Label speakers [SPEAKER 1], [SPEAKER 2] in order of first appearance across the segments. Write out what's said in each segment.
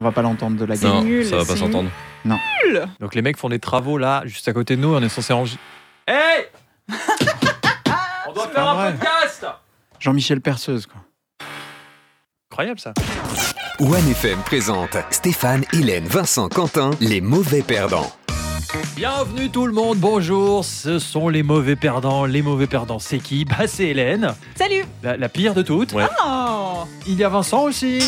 [SPEAKER 1] On va pas l'entendre de la
[SPEAKER 2] C'est
[SPEAKER 1] gueule.
[SPEAKER 3] Non,
[SPEAKER 2] nul,
[SPEAKER 3] ça va
[SPEAKER 2] c'est
[SPEAKER 3] pas s'entendre.
[SPEAKER 4] Donc les mecs font des travaux là, juste à côté de nous, on est censé enregistrer. Hey On doit faire
[SPEAKER 1] pas vrai.
[SPEAKER 4] un podcast
[SPEAKER 1] Jean-Michel Perceuse, quoi.
[SPEAKER 4] Incroyable ça.
[SPEAKER 5] One FM présente Stéphane, Hélène, Vincent, Quentin, les mauvais perdants.
[SPEAKER 4] Bienvenue tout le monde, bonjour, ce sont les mauvais perdants. Les mauvais perdants, c'est qui Bah c'est Hélène,
[SPEAKER 2] Salut
[SPEAKER 4] la, la pire de toutes.
[SPEAKER 3] Ouais.
[SPEAKER 2] Oh
[SPEAKER 4] Il y a Vincent aussi.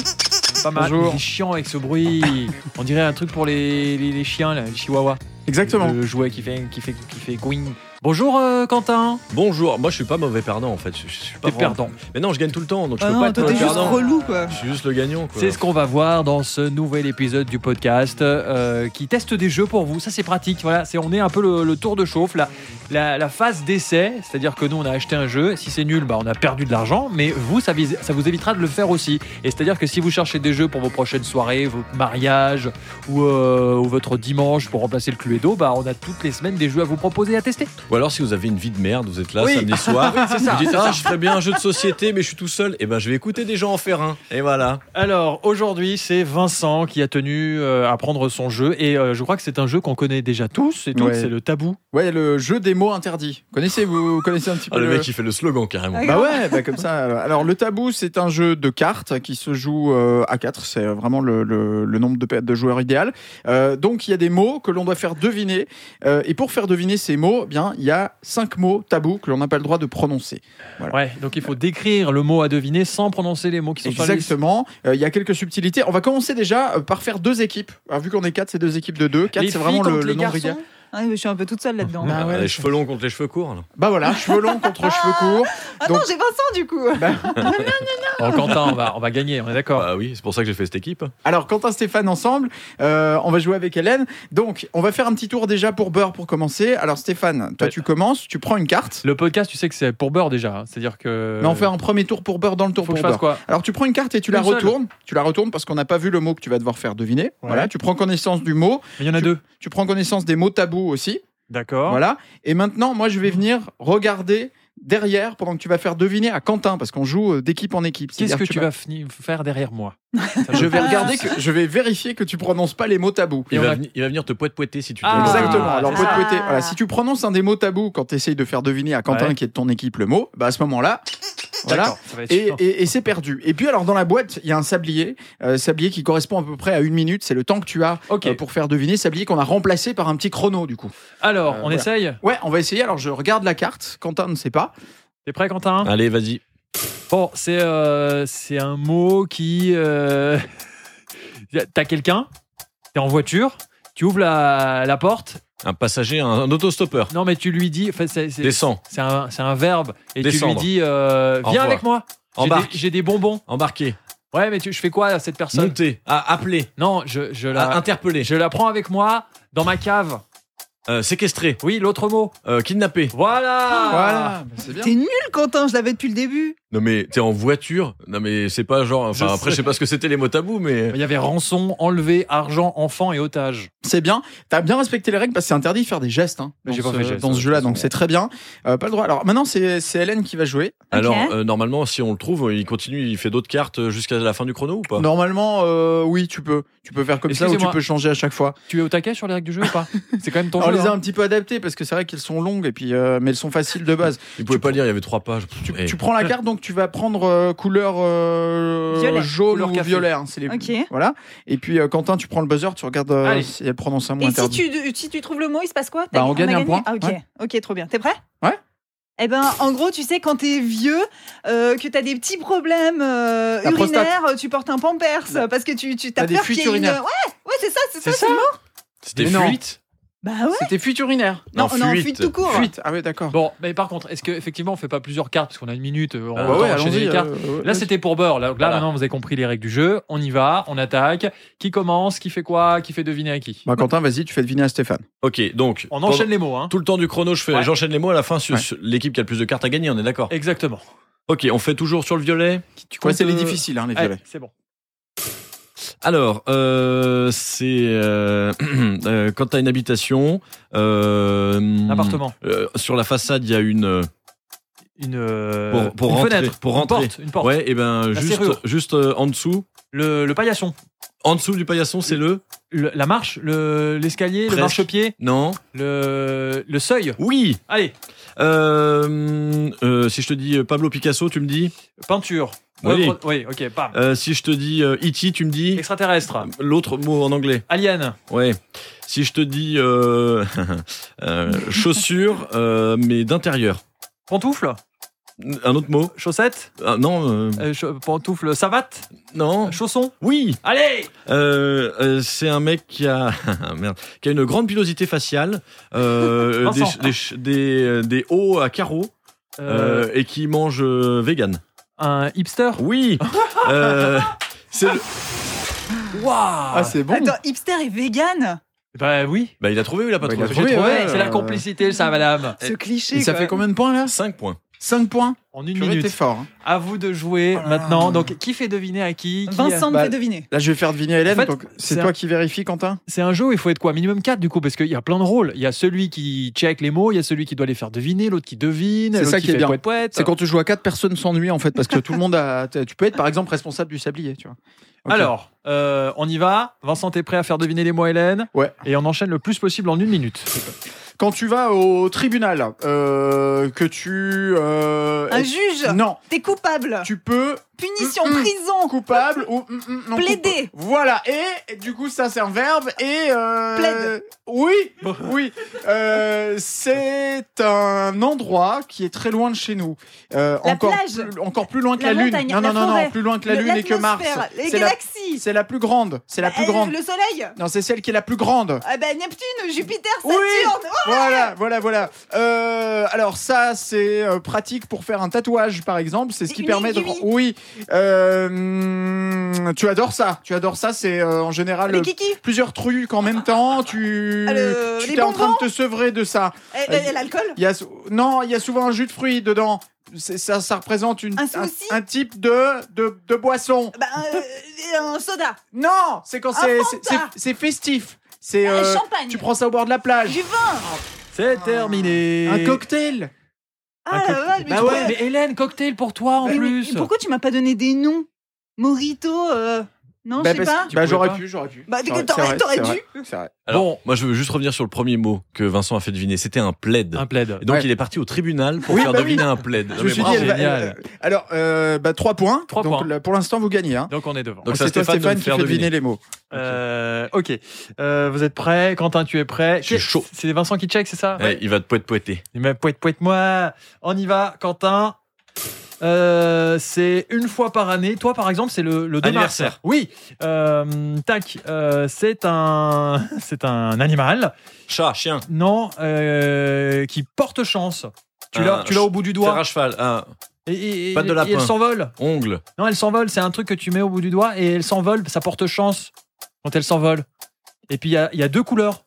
[SPEAKER 4] Pas mal.
[SPEAKER 1] Bonjour.
[SPEAKER 4] Il est chiant avec ce bruit. On dirait un truc pour les, les, les chiens, là, les chihuahuas.
[SPEAKER 1] Exactement.
[SPEAKER 4] Le, le jouet qui fait, qui fait, qui fait going. Bonjour euh, Quentin.
[SPEAKER 3] Bonjour, moi je suis pas mauvais perdant en fait. Je, je suis pas
[SPEAKER 4] T'es
[SPEAKER 3] vraiment-
[SPEAKER 4] perdant.
[SPEAKER 3] Mais non, je gagne tout le temps, donc je
[SPEAKER 4] Ah
[SPEAKER 3] peux
[SPEAKER 4] non,
[SPEAKER 3] pas être
[SPEAKER 4] toi,
[SPEAKER 2] Toi,
[SPEAKER 3] mauvais
[SPEAKER 2] t'es juste
[SPEAKER 3] perdant.
[SPEAKER 2] relou, quoi.
[SPEAKER 3] Je suis juste le gagnant. quoi.
[SPEAKER 4] C'est ce qu'on va voir dans ce nouvel épisode du podcast euh, qui teste des jeux pour vous. Ça, c'est pratique. Voilà, c'est on est un peu le, le tour de chauffe, la, la, la phase d'essai. C'est-à-dire que nous, on a acheté un jeu. Si c'est nul, bah, on a perdu de l'argent. Mais vous, ça, vis- ça vous évitera de le faire aussi. Et c'est-à-dire que si vous cherchez des jeux pour vos prochaines soirées, vos mariages ou, euh, ou votre dimanche pour remplacer le Cluedo, bah, on a toutes les semaines des jeux à vous proposer à tester.
[SPEAKER 3] Ou alors si vous avez une vie de merde, vous êtes là
[SPEAKER 4] Oui.
[SPEAKER 3] samedi soir,
[SPEAKER 4] c'est
[SPEAKER 3] vous
[SPEAKER 4] ça.
[SPEAKER 3] dites ah je ferais bien un jeu de société mais je suis tout seul, et ben je vais écouter des gens en faire un. Et voilà.
[SPEAKER 4] Alors aujourd'hui, c'est Vincent qui a tenu euh, à prendre son jeu et euh, je crois que c'est un jeu qu'on connaît déjà tous et tout,
[SPEAKER 1] Ouais.
[SPEAKER 4] c'est le tabou.
[SPEAKER 1] Ouais, le jeu des mots interdits. Connaissez, vous connaissez un petit
[SPEAKER 4] Oh,
[SPEAKER 3] Ah,
[SPEAKER 1] peu
[SPEAKER 3] le mec il fait le slogan carrément.
[SPEAKER 2] Ah,
[SPEAKER 1] Bah ouais, bah comme ça. Alors, Alors, le tabou, c'est un jeu de cartes qui se joue euh, à 4. C'est vraiment le, le- le nombre de, pa- de joueurs idéal. Euh, donc, il y a des mots que l'on doit faire deviner. Euh, et pour faire deviner ces mots, eh bien, il y a cinq mots tabous que l'on n'a pas le droit de prononcer.
[SPEAKER 4] Ouais, donc il faut décrire le mot à deviner sans prononcer les mots qui sont sur la liste.
[SPEAKER 1] Exactement. Euh, Il y a quelques subtilités. On va commencer déjà euh, par faire deux équipes. Alors, vu qu'on est quatre, c'est deux équipes de deux. Quatre,
[SPEAKER 4] Les
[SPEAKER 1] c'est vraiment
[SPEAKER 4] filles
[SPEAKER 1] le,
[SPEAKER 4] contre
[SPEAKER 1] le
[SPEAKER 4] les
[SPEAKER 1] nombre
[SPEAKER 4] garçons
[SPEAKER 1] idéal.
[SPEAKER 2] Ah, mais Je suis un peu toute seule là-dedans.
[SPEAKER 4] Ah,
[SPEAKER 1] Bah ouais.
[SPEAKER 3] Ah, les cheveux longs contre les cheveux courts. là.
[SPEAKER 1] Bah voilà, cheveux longs contre cheveux courts.
[SPEAKER 2] Ah
[SPEAKER 1] Donc-
[SPEAKER 2] non, j'ai Vincent, du coup
[SPEAKER 4] Oh, Quentin, on va, on va gagner, on est d'accord.
[SPEAKER 3] Bah oui, c'est pour ça que j'ai fait cette équipe.
[SPEAKER 1] Alors, Quentin Stéphane ensemble, euh, on va jouer avec Hélène. Donc, on va faire un petit tour déjà pour Beurre pour commencer. Alors, Stéphane, toi,
[SPEAKER 4] Ouais.
[SPEAKER 1] tu commences, tu prends une carte.
[SPEAKER 4] Le podcast, tu sais que c'est pour beurre déjà, hein. c'est-à-dire que.
[SPEAKER 1] Non, on fait un premier tour pour Beurre dans le tour
[SPEAKER 4] Faut
[SPEAKER 1] pour
[SPEAKER 4] que je fasse
[SPEAKER 1] Beurre.
[SPEAKER 4] quoi
[SPEAKER 1] Alors, tu prends une carte et tu la
[SPEAKER 4] Une seule.
[SPEAKER 1] retournes. Tu la retournes parce qu'on n'a pas vu le mot que tu vas devoir faire deviner. Voilà, tu prends connaissance du mot.
[SPEAKER 4] Il y en a deux.
[SPEAKER 1] Tu prends connaissance des mots tabous aussi.
[SPEAKER 4] D'accord. Mhm.
[SPEAKER 1] Voilà. Et maintenant, moi, je vais venir regarder derrière pendant que tu vas faire deviner à Quentin parce qu'on joue euh, d'équipe en équipe.
[SPEAKER 4] Qu'est-ce
[SPEAKER 1] C'est-à-dire
[SPEAKER 4] que tu vas Ah. fini- faire derrière moi Ça me
[SPEAKER 1] Je vais
[SPEAKER 4] plaît.
[SPEAKER 1] regarder, que... je vais vérifier que tu prononces pas les mots tabous.
[SPEAKER 4] Et
[SPEAKER 3] Il
[SPEAKER 4] on
[SPEAKER 3] va,
[SPEAKER 4] a-
[SPEAKER 3] veni- il va venir te poète-poêter si tu te
[SPEAKER 4] Ah,
[SPEAKER 1] Exactement. Alors,
[SPEAKER 4] c'est
[SPEAKER 1] peut
[SPEAKER 2] ça.
[SPEAKER 1] te- voilà, si tu prononces un des mots tabous quand tu essayes de faire deviner à Quentin,
[SPEAKER 4] Ouais.
[SPEAKER 1] qui est de ton équipe, le mot, bah à ce moment-là, voilà.
[SPEAKER 4] D'accord, ça va être
[SPEAKER 1] Et,
[SPEAKER 4] chiant.
[SPEAKER 1] et- et c'est perdu. Et puis, alors, dans la boîte, il y a un sablier, euh, sablier qui correspond à peu près à une minute. C'est le temps que tu as
[SPEAKER 4] Ok.
[SPEAKER 1] euh, pour faire deviner. Sablier qu'on a remplacé par un petit chrono, du coup.
[SPEAKER 4] Alors,
[SPEAKER 1] Euh,
[SPEAKER 4] on
[SPEAKER 1] voilà.
[SPEAKER 4] essaye
[SPEAKER 1] Ouais, on va essayer. Alors, je regarde la carte. Quentin ne sait pas.
[SPEAKER 4] T'es prêt, Quentin
[SPEAKER 3] Allez, vas-y.
[SPEAKER 4] Bon, c'est euh, c'est un mot qui. euh, T'as quelqu'un, t'es en voiture, tu ouvres la, la porte.
[SPEAKER 3] Un passager, un, un autostoppeur.
[SPEAKER 4] Non, mais tu lui dis. enfin, c'est- c'est-
[SPEAKER 3] Descends.
[SPEAKER 4] C'est un, c'est un verbe. Et
[SPEAKER 3] Descendre.
[SPEAKER 4] tu lui dis euh,
[SPEAKER 3] Au
[SPEAKER 4] Viens
[SPEAKER 3] revoir.
[SPEAKER 4] avec moi. J'ai des,
[SPEAKER 3] Embarque.
[SPEAKER 4] j'ai des bonbons.
[SPEAKER 3] Embarquer.
[SPEAKER 4] Ouais, mais tu- je fais quoi à cette personne
[SPEAKER 3] Monter. Ah, appeler.
[SPEAKER 4] Non, je, je,
[SPEAKER 3] Ah,
[SPEAKER 4] la,
[SPEAKER 3] interpeller.
[SPEAKER 4] je la prends avec moi dans ma cave.
[SPEAKER 3] Euh, séquestrer.
[SPEAKER 4] Oui, l'autre mot.
[SPEAKER 3] Euh, kidnapper.
[SPEAKER 4] Voilà
[SPEAKER 1] Voilà. Bah, c'est bien.
[SPEAKER 2] T'es nul, Quentin, je l'avais depuis le début
[SPEAKER 3] Non mais t'es en voiture. Non mais c'est pas genre. Enfin
[SPEAKER 4] Je
[SPEAKER 3] après je sais pas ce que c'était les mots tabous mais.
[SPEAKER 4] Il y avait rançon, enlevé, argent, enfant et otage.
[SPEAKER 1] C'est bien. T'as bien respecté les règles parce que c'est interdit de faire des gestes hein,
[SPEAKER 4] Mais
[SPEAKER 1] dans,
[SPEAKER 4] j'ai pas
[SPEAKER 1] ce,
[SPEAKER 4] fait de gestes,
[SPEAKER 1] dans ce
[SPEAKER 4] ouais,
[SPEAKER 1] jeu-là.
[SPEAKER 4] de toute
[SPEAKER 1] Donc,
[SPEAKER 4] façon.
[SPEAKER 1] c'est très bien. Euh, pas le droit. Alors, maintenant, c'est c'est Hélène qui va jouer.
[SPEAKER 3] Alors euh, normalement si on le trouve il continue il fait d'autres cartes euh, jusqu'à la fin du chrono ou pas
[SPEAKER 1] Normalement, euh, oui, tu peux. Tu peux faire comme ça ou tu
[SPEAKER 4] Excusez-moi.
[SPEAKER 1] peux changer à chaque fois.
[SPEAKER 4] Tu es au taquet sur les règles du jeu ou pas C'est quand même ton
[SPEAKER 1] On
[SPEAKER 4] jeu.
[SPEAKER 1] les a
[SPEAKER 4] hein.
[SPEAKER 1] un petit peu adaptées parce que c'est vrai qu'elles sont longues et puis euh, mais elles sont faciles de base.
[SPEAKER 3] Il pouvait pas lire il y avait trois pages.
[SPEAKER 1] Tu,
[SPEAKER 3] Eh,
[SPEAKER 1] tu prends
[SPEAKER 4] Euh.
[SPEAKER 1] la carte donc tu vas prendre euh, couleur euh,
[SPEAKER 2] Violet.
[SPEAKER 1] jaune
[SPEAKER 4] Couleur
[SPEAKER 1] ou
[SPEAKER 4] café.
[SPEAKER 1] violet. hein, c'est les
[SPEAKER 2] Ok.
[SPEAKER 1] voilà. Et puis euh, Quentin, tu prends le buzzer, tu regardes euh,
[SPEAKER 4] Allez.
[SPEAKER 1] si elle prononce un mot
[SPEAKER 2] Et si
[SPEAKER 1] interdit.
[SPEAKER 2] tu, si tu trouves le mot, il se passe quoi T'as-
[SPEAKER 1] Bah, on gagne
[SPEAKER 2] a
[SPEAKER 1] un
[SPEAKER 2] gagné
[SPEAKER 1] point.
[SPEAKER 2] Ah, ok.
[SPEAKER 1] Ouais.
[SPEAKER 2] ok, trop bien. T'es prêt
[SPEAKER 1] Ouais.
[SPEAKER 2] Eh ben, en gros, tu sais, quand t'es vieux, euh, que t'as des petits problèmes euh,
[SPEAKER 1] La prostate. Bah,
[SPEAKER 2] urinaires, euh, tu portes un pampers euh, parce que tu, tu
[SPEAKER 1] T'as
[SPEAKER 2] t'as
[SPEAKER 1] des
[SPEAKER 2] peur
[SPEAKER 1] fuites
[SPEAKER 2] qu'il y ait une... Ouais,
[SPEAKER 1] urinaires.
[SPEAKER 2] ouais, c'est ça, c'est
[SPEAKER 1] C'est
[SPEAKER 2] ça, c'est le mot.
[SPEAKER 3] C'était
[SPEAKER 1] Mais non.
[SPEAKER 3] fuite.
[SPEAKER 2] Bah ouais.
[SPEAKER 1] C'était fuite urinaire.
[SPEAKER 2] Non, on est en
[SPEAKER 3] fuite.
[SPEAKER 2] fuite tout court. hein.
[SPEAKER 1] Fuite. Ah oui, d'accord.
[SPEAKER 4] Bon, mais par contre, est-ce qu'effectivement on fait pas plusieurs cartes parce qu'on a une minute euh, on
[SPEAKER 3] Ah
[SPEAKER 1] Bah
[SPEAKER 4] va
[SPEAKER 1] ouais,
[SPEAKER 4] enchaîner
[SPEAKER 1] allons-y.
[SPEAKER 4] les cartes.
[SPEAKER 1] euh, ouais,
[SPEAKER 4] Là, c'était pour beurre. Là, là,
[SPEAKER 3] Voilà.
[SPEAKER 4] maintenant, vous avez compris les règles du jeu. On y va, on attaque. Qui commence Qui fait quoi Qui fait deviner à qui
[SPEAKER 1] Bah Quentin, vas-y, tu fais deviner à Stéphane.
[SPEAKER 3] Ok donc.
[SPEAKER 4] On
[SPEAKER 3] pendant-
[SPEAKER 4] enchaîne les mots. Hein.
[SPEAKER 3] Tout le temps du chrono, je fais,
[SPEAKER 4] Ouais.
[SPEAKER 3] j'enchaîne les mots. À la fin, sur-
[SPEAKER 1] Ouais.
[SPEAKER 3] sur l'équipe qui a le plus de cartes à gagner, on est d'accord.
[SPEAKER 4] Exactement.
[SPEAKER 3] Ok, on fait toujours sur le violet.
[SPEAKER 4] Tu
[SPEAKER 1] Ouais, c'est les difficiles, hein, les violets.
[SPEAKER 4] c'est bon.
[SPEAKER 3] Alors, euh, c'est euh, euh, quand t'as une habitation, euh,
[SPEAKER 4] Appartement.
[SPEAKER 3] euh, sur la façade, il y a une euh,
[SPEAKER 4] une, euh,
[SPEAKER 3] Pour- pour
[SPEAKER 4] une
[SPEAKER 3] rentrer,
[SPEAKER 4] fenêtre,
[SPEAKER 3] pour
[SPEAKER 4] une
[SPEAKER 3] rentrer.
[SPEAKER 4] porte, une porte.
[SPEAKER 3] Ouais, et ben
[SPEAKER 4] La
[SPEAKER 3] juste,
[SPEAKER 4] serrure.
[SPEAKER 3] juste euh, en dessous.
[SPEAKER 4] Le, le paillasson,
[SPEAKER 3] En dessous du paillasson, c'est le.
[SPEAKER 4] le- la marche, le- l'escalier, le,
[SPEAKER 3] Presque.
[SPEAKER 4] marchepied,
[SPEAKER 3] Non.
[SPEAKER 4] le, le seuil.
[SPEAKER 3] Oui.
[SPEAKER 4] Allez,
[SPEAKER 3] Euh, euh, si je te dis euh, Pablo Picasso, tu me dis.
[SPEAKER 4] peinture.
[SPEAKER 3] Oui.
[SPEAKER 4] Œuvre- oui, ok, pam.
[SPEAKER 3] Euh, si je te dis euh, E.T., tu me dis.
[SPEAKER 4] Extraterrestre,
[SPEAKER 3] L'autre mot en anglais.
[SPEAKER 4] alien,
[SPEAKER 3] Ouais. Si je te dis euh, euh, chaussures, euh, mais d'intérieur.
[SPEAKER 4] pantoufle,
[SPEAKER 3] Un autre mot
[SPEAKER 4] chaussette,
[SPEAKER 3] Ah, Non. euh,
[SPEAKER 4] euh, cha- pantoufle, savate,
[SPEAKER 3] non.
[SPEAKER 4] chausson.
[SPEAKER 3] Oui.
[SPEAKER 4] Allez
[SPEAKER 3] Euh, euh, c'est un mec qui a ah, merde, qui a une grande pilosité faciale, euh, des,
[SPEAKER 4] Vincent.
[SPEAKER 3] des ch- des- euh, des hauts à carreaux euh, et qui mange euh, vegan.
[SPEAKER 4] Un hipster.
[SPEAKER 3] Oui. Euh, c'est le-
[SPEAKER 4] Waouh
[SPEAKER 1] Ah, c'est bon.
[SPEAKER 2] Attends, hipster et vegan
[SPEAKER 4] Bah oui.
[SPEAKER 3] Bah, il a trouvé ou il a pas
[SPEAKER 1] Bah, il
[SPEAKER 3] trouvé
[SPEAKER 1] a
[SPEAKER 4] J'ai
[SPEAKER 1] trouvé,
[SPEAKER 4] trouvé,
[SPEAKER 1] ouais,
[SPEAKER 4] c'est la
[SPEAKER 1] euh,
[SPEAKER 4] complicité, ça, madame.
[SPEAKER 2] Ce cliché.
[SPEAKER 1] Et ça
[SPEAKER 2] quoi.
[SPEAKER 1] fait combien de points là
[SPEAKER 3] 5 points.
[SPEAKER 1] 5 points.
[SPEAKER 4] En une
[SPEAKER 1] Purée, t'es
[SPEAKER 4] minute.
[SPEAKER 1] fort. hein.
[SPEAKER 4] À vous de jouer
[SPEAKER 1] Ah.
[SPEAKER 4] maintenant. Donc, qui fait deviner à qui, Qui-
[SPEAKER 2] Vincent me
[SPEAKER 1] Bah,
[SPEAKER 2] fait deviner.
[SPEAKER 1] Là, je vais faire deviner à Hélène.
[SPEAKER 4] En fait,
[SPEAKER 1] donc, c'est
[SPEAKER 4] c'est
[SPEAKER 1] toi
[SPEAKER 4] un-
[SPEAKER 1] qui vérifie, Quentin
[SPEAKER 4] C'est un jeu où il faut être quoi Minimum 4 du coup, parce qu'il y a plein de rôles. Il y a celui qui check les mots, il y a celui qui doit les faire deviner, l'autre qui devine,
[SPEAKER 1] C'est
[SPEAKER 4] l'autre
[SPEAKER 1] ça
[SPEAKER 4] qui,
[SPEAKER 1] qui est
[SPEAKER 4] fait
[SPEAKER 1] bien.
[SPEAKER 4] poète poète.
[SPEAKER 1] C'est quand tu joues à 4 personnes s'ennuie en fait, parce que tout le monde a. t'as- Tu peux être par exemple responsable du sablier, tu vois. Ok.
[SPEAKER 4] Alors, euh, on y va. Vincent, t'es prêt à faire deviner les mots, Hélène
[SPEAKER 1] Ouais.
[SPEAKER 4] Et on enchaîne le plus possible en une minute.
[SPEAKER 1] Quand tu vas au tribunal, euh, que tu. euh,
[SPEAKER 2] Un
[SPEAKER 1] es-
[SPEAKER 2] juge,
[SPEAKER 1] Non,
[SPEAKER 2] t'es coupable.
[SPEAKER 1] tu peux
[SPEAKER 2] Punition,
[SPEAKER 1] Mm, mm.
[SPEAKER 2] prison.
[SPEAKER 1] coupable ou mm, mm, non
[SPEAKER 2] Plaider.
[SPEAKER 1] coupable. Voilà et du coup ça c'est un verbe et euh,
[SPEAKER 2] Plaide.
[SPEAKER 1] Oui, oui. Euh, c'est un endroit qui est très loin de chez nous. Euh,
[SPEAKER 2] La
[SPEAKER 1] encore
[SPEAKER 2] plage.
[SPEAKER 1] plus, encore plus loin que
[SPEAKER 2] La
[SPEAKER 1] la, lune.
[SPEAKER 2] montagne,
[SPEAKER 1] non non
[SPEAKER 2] la
[SPEAKER 1] non non,
[SPEAKER 2] forêt,
[SPEAKER 1] plus loin que la
[SPEAKER 2] Le-
[SPEAKER 1] lune et que Mars.
[SPEAKER 2] l'atmosphère, Les
[SPEAKER 1] C'est la,
[SPEAKER 2] galaxies.
[SPEAKER 1] c'est la plus grande, c'est la plus
[SPEAKER 2] Eh,
[SPEAKER 1] grande.
[SPEAKER 2] Le soleil.
[SPEAKER 1] Non, c'est celle qui est la plus grande.
[SPEAKER 2] Ah bah Neptune, Jupiter,
[SPEAKER 1] Oui.
[SPEAKER 2] Saturne. Oh,
[SPEAKER 1] Voilà, voilà, voilà. Euh, alors ça, c'est euh, pratique pour faire un tatouage, par exemple. C'est ce qui
[SPEAKER 2] Une
[SPEAKER 1] permet de...
[SPEAKER 2] aiguille.
[SPEAKER 1] Oui. Euh, hum, tu adores ça. Tu adores ça. C'est euh, en général
[SPEAKER 2] les
[SPEAKER 1] euh,
[SPEAKER 2] kiki.
[SPEAKER 1] plusieurs trucs en même temps. Tu,
[SPEAKER 2] Ah, le-
[SPEAKER 1] tu
[SPEAKER 2] les
[SPEAKER 1] t'es en train
[SPEAKER 2] bonbons.
[SPEAKER 1] de te sevrer de ça.
[SPEAKER 2] Eh,
[SPEAKER 1] Euh,
[SPEAKER 2] eh, L'alcool.
[SPEAKER 1] Il y a, sou- non, il y a souvent un jus de fruits dedans. C'est- Ça, ça représente une,
[SPEAKER 2] Un smoothie
[SPEAKER 1] un type de, de, de boisson.
[SPEAKER 2] Bah, euh, et un soda.
[SPEAKER 1] Non, c'est quand c'est, c'est,
[SPEAKER 2] Fanta.
[SPEAKER 1] c'est- c'est festif. C'est,
[SPEAKER 2] Un
[SPEAKER 1] euh,
[SPEAKER 2] Ah, champagne.
[SPEAKER 1] tu prends ça au bord de la plage.
[SPEAKER 2] Du vin.
[SPEAKER 4] C'est terminé.
[SPEAKER 1] Un cocktail.
[SPEAKER 2] Ah
[SPEAKER 4] Un
[SPEAKER 2] la
[SPEAKER 4] cocktail.
[SPEAKER 2] vache, mais
[SPEAKER 4] Bah
[SPEAKER 2] tu
[SPEAKER 4] ouais,
[SPEAKER 2] peux-
[SPEAKER 4] mais Hélène, cocktail pour toi en
[SPEAKER 2] Oui, mais
[SPEAKER 1] euh.
[SPEAKER 4] plus.
[SPEAKER 2] pourquoi tu m'as pas donné des noms Morito, euh, non,
[SPEAKER 1] Bah,
[SPEAKER 2] je sais
[SPEAKER 1] parce-
[SPEAKER 2] pas.
[SPEAKER 1] bah,
[SPEAKER 4] Tu
[SPEAKER 1] j'aurais
[SPEAKER 4] pouvais
[SPEAKER 1] pu, j'aurais pu.
[SPEAKER 2] Bah, t'es-
[SPEAKER 1] J'aurais-
[SPEAKER 2] t'aurais-
[SPEAKER 1] c'est vrai,
[SPEAKER 2] t'aurais
[SPEAKER 1] c'est
[SPEAKER 2] dû.
[SPEAKER 1] vrai, c'est vrai.
[SPEAKER 3] Alors,
[SPEAKER 4] Bon.
[SPEAKER 3] moi, je veux juste revenir sur le premier mot que Vincent a fait deviner. C'était un plaid.
[SPEAKER 4] Un plaid.
[SPEAKER 3] Et donc,
[SPEAKER 1] Ouais.
[SPEAKER 3] il est parti au tribunal pour
[SPEAKER 1] Oui,
[SPEAKER 3] faire
[SPEAKER 1] bah oui.
[SPEAKER 3] deviner un plaid. Non,
[SPEAKER 1] Je me
[SPEAKER 3] mais
[SPEAKER 1] suis dit,
[SPEAKER 3] bravo.
[SPEAKER 1] elle va-
[SPEAKER 4] génial.
[SPEAKER 1] elle- alors, euh, bah, 3 points.
[SPEAKER 4] Trois
[SPEAKER 1] Donc,
[SPEAKER 4] points.
[SPEAKER 1] là, pour l'instant, vous gagnez. Hein.
[SPEAKER 4] Donc on est devant.
[SPEAKER 3] Donc, c'est à
[SPEAKER 1] c'est toi,
[SPEAKER 3] Stéphane de
[SPEAKER 1] Stéphane,
[SPEAKER 3] me
[SPEAKER 1] qui fait
[SPEAKER 3] faire
[SPEAKER 1] deviner.
[SPEAKER 3] deviner.
[SPEAKER 1] les mots.
[SPEAKER 4] Euh, ok. Euh, vous êtes prêts Quentin, tu es prêt
[SPEAKER 3] Je suis
[SPEAKER 4] Qu'est-
[SPEAKER 3] chaud.
[SPEAKER 4] C'est Vincent qui check, c'est ça
[SPEAKER 3] Eh, il va te poète poéter.
[SPEAKER 4] Il m'a poète poète moi. On y va, Quentin. Euh, c'est une fois par année. Toi, par exemple, c'est le, le 2 mars.
[SPEAKER 3] Anniversaire.
[SPEAKER 4] Oui. Euh, tac. Euh, c'est un, c'est un animal.
[SPEAKER 3] Chat, chien.
[SPEAKER 4] Non, euh, qui porte chance. Tu l'as,
[SPEAKER 3] Un
[SPEAKER 4] tu l'as au bout du
[SPEAKER 3] Fer
[SPEAKER 4] doigt.
[SPEAKER 3] à cheval, un
[SPEAKER 4] Et, et- et-
[SPEAKER 3] Patte de
[SPEAKER 4] et elle
[SPEAKER 3] lapin.
[SPEAKER 4] s'envole.
[SPEAKER 3] ongle,
[SPEAKER 4] Non, elle s'envole. C'est un truc que tu mets au bout du doigt et elle s'envole. Ça porte chance quand elle s'envole. Et puis il y a- il y a deux couleurs.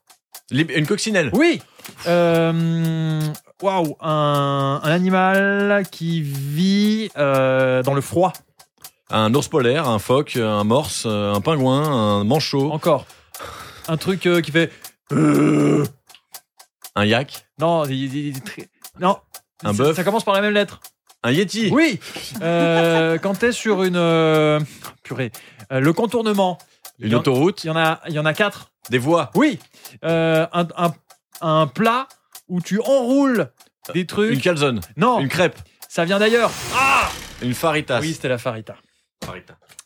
[SPEAKER 3] lib- une coccinelle.
[SPEAKER 4] Oui. Euh, Waouh, un, un animal qui vit euh, dans le froid.
[SPEAKER 3] Un ours polaire, un phoque, un morse, euh, un pingouin, un manchot,
[SPEAKER 1] Oh.
[SPEAKER 4] Encore. Un truc euh, qui fait. euh,
[SPEAKER 3] un yak,
[SPEAKER 4] Non, il- il- il- très- non.
[SPEAKER 3] Un
[SPEAKER 4] Ça-
[SPEAKER 3] bœuf.
[SPEAKER 4] Ça commence par la même lettre.
[SPEAKER 3] un yeti,
[SPEAKER 4] Oui. Euh, quand t'es sur une euh, purée, euh, le contournement. il
[SPEAKER 3] une
[SPEAKER 4] y en-
[SPEAKER 3] autoroute,
[SPEAKER 4] Il y en a, il y en a quatre.
[SPEAKER 3] des voies,
[SPEAKER 4] Oui. Euh, un, un- un plat où tu enroules des trucs.
[SPEAKER 3] une calzone,
[SPEAKER 1] Oh.
[SPEAKER 4] Non,
[SPEAKER 3] une crêpe,
[SPEAKER 4] ça vient d'ailleurs.
[SPEAKER 3] une faritas.
[SPEAKER 4] Oui, c'était la farita.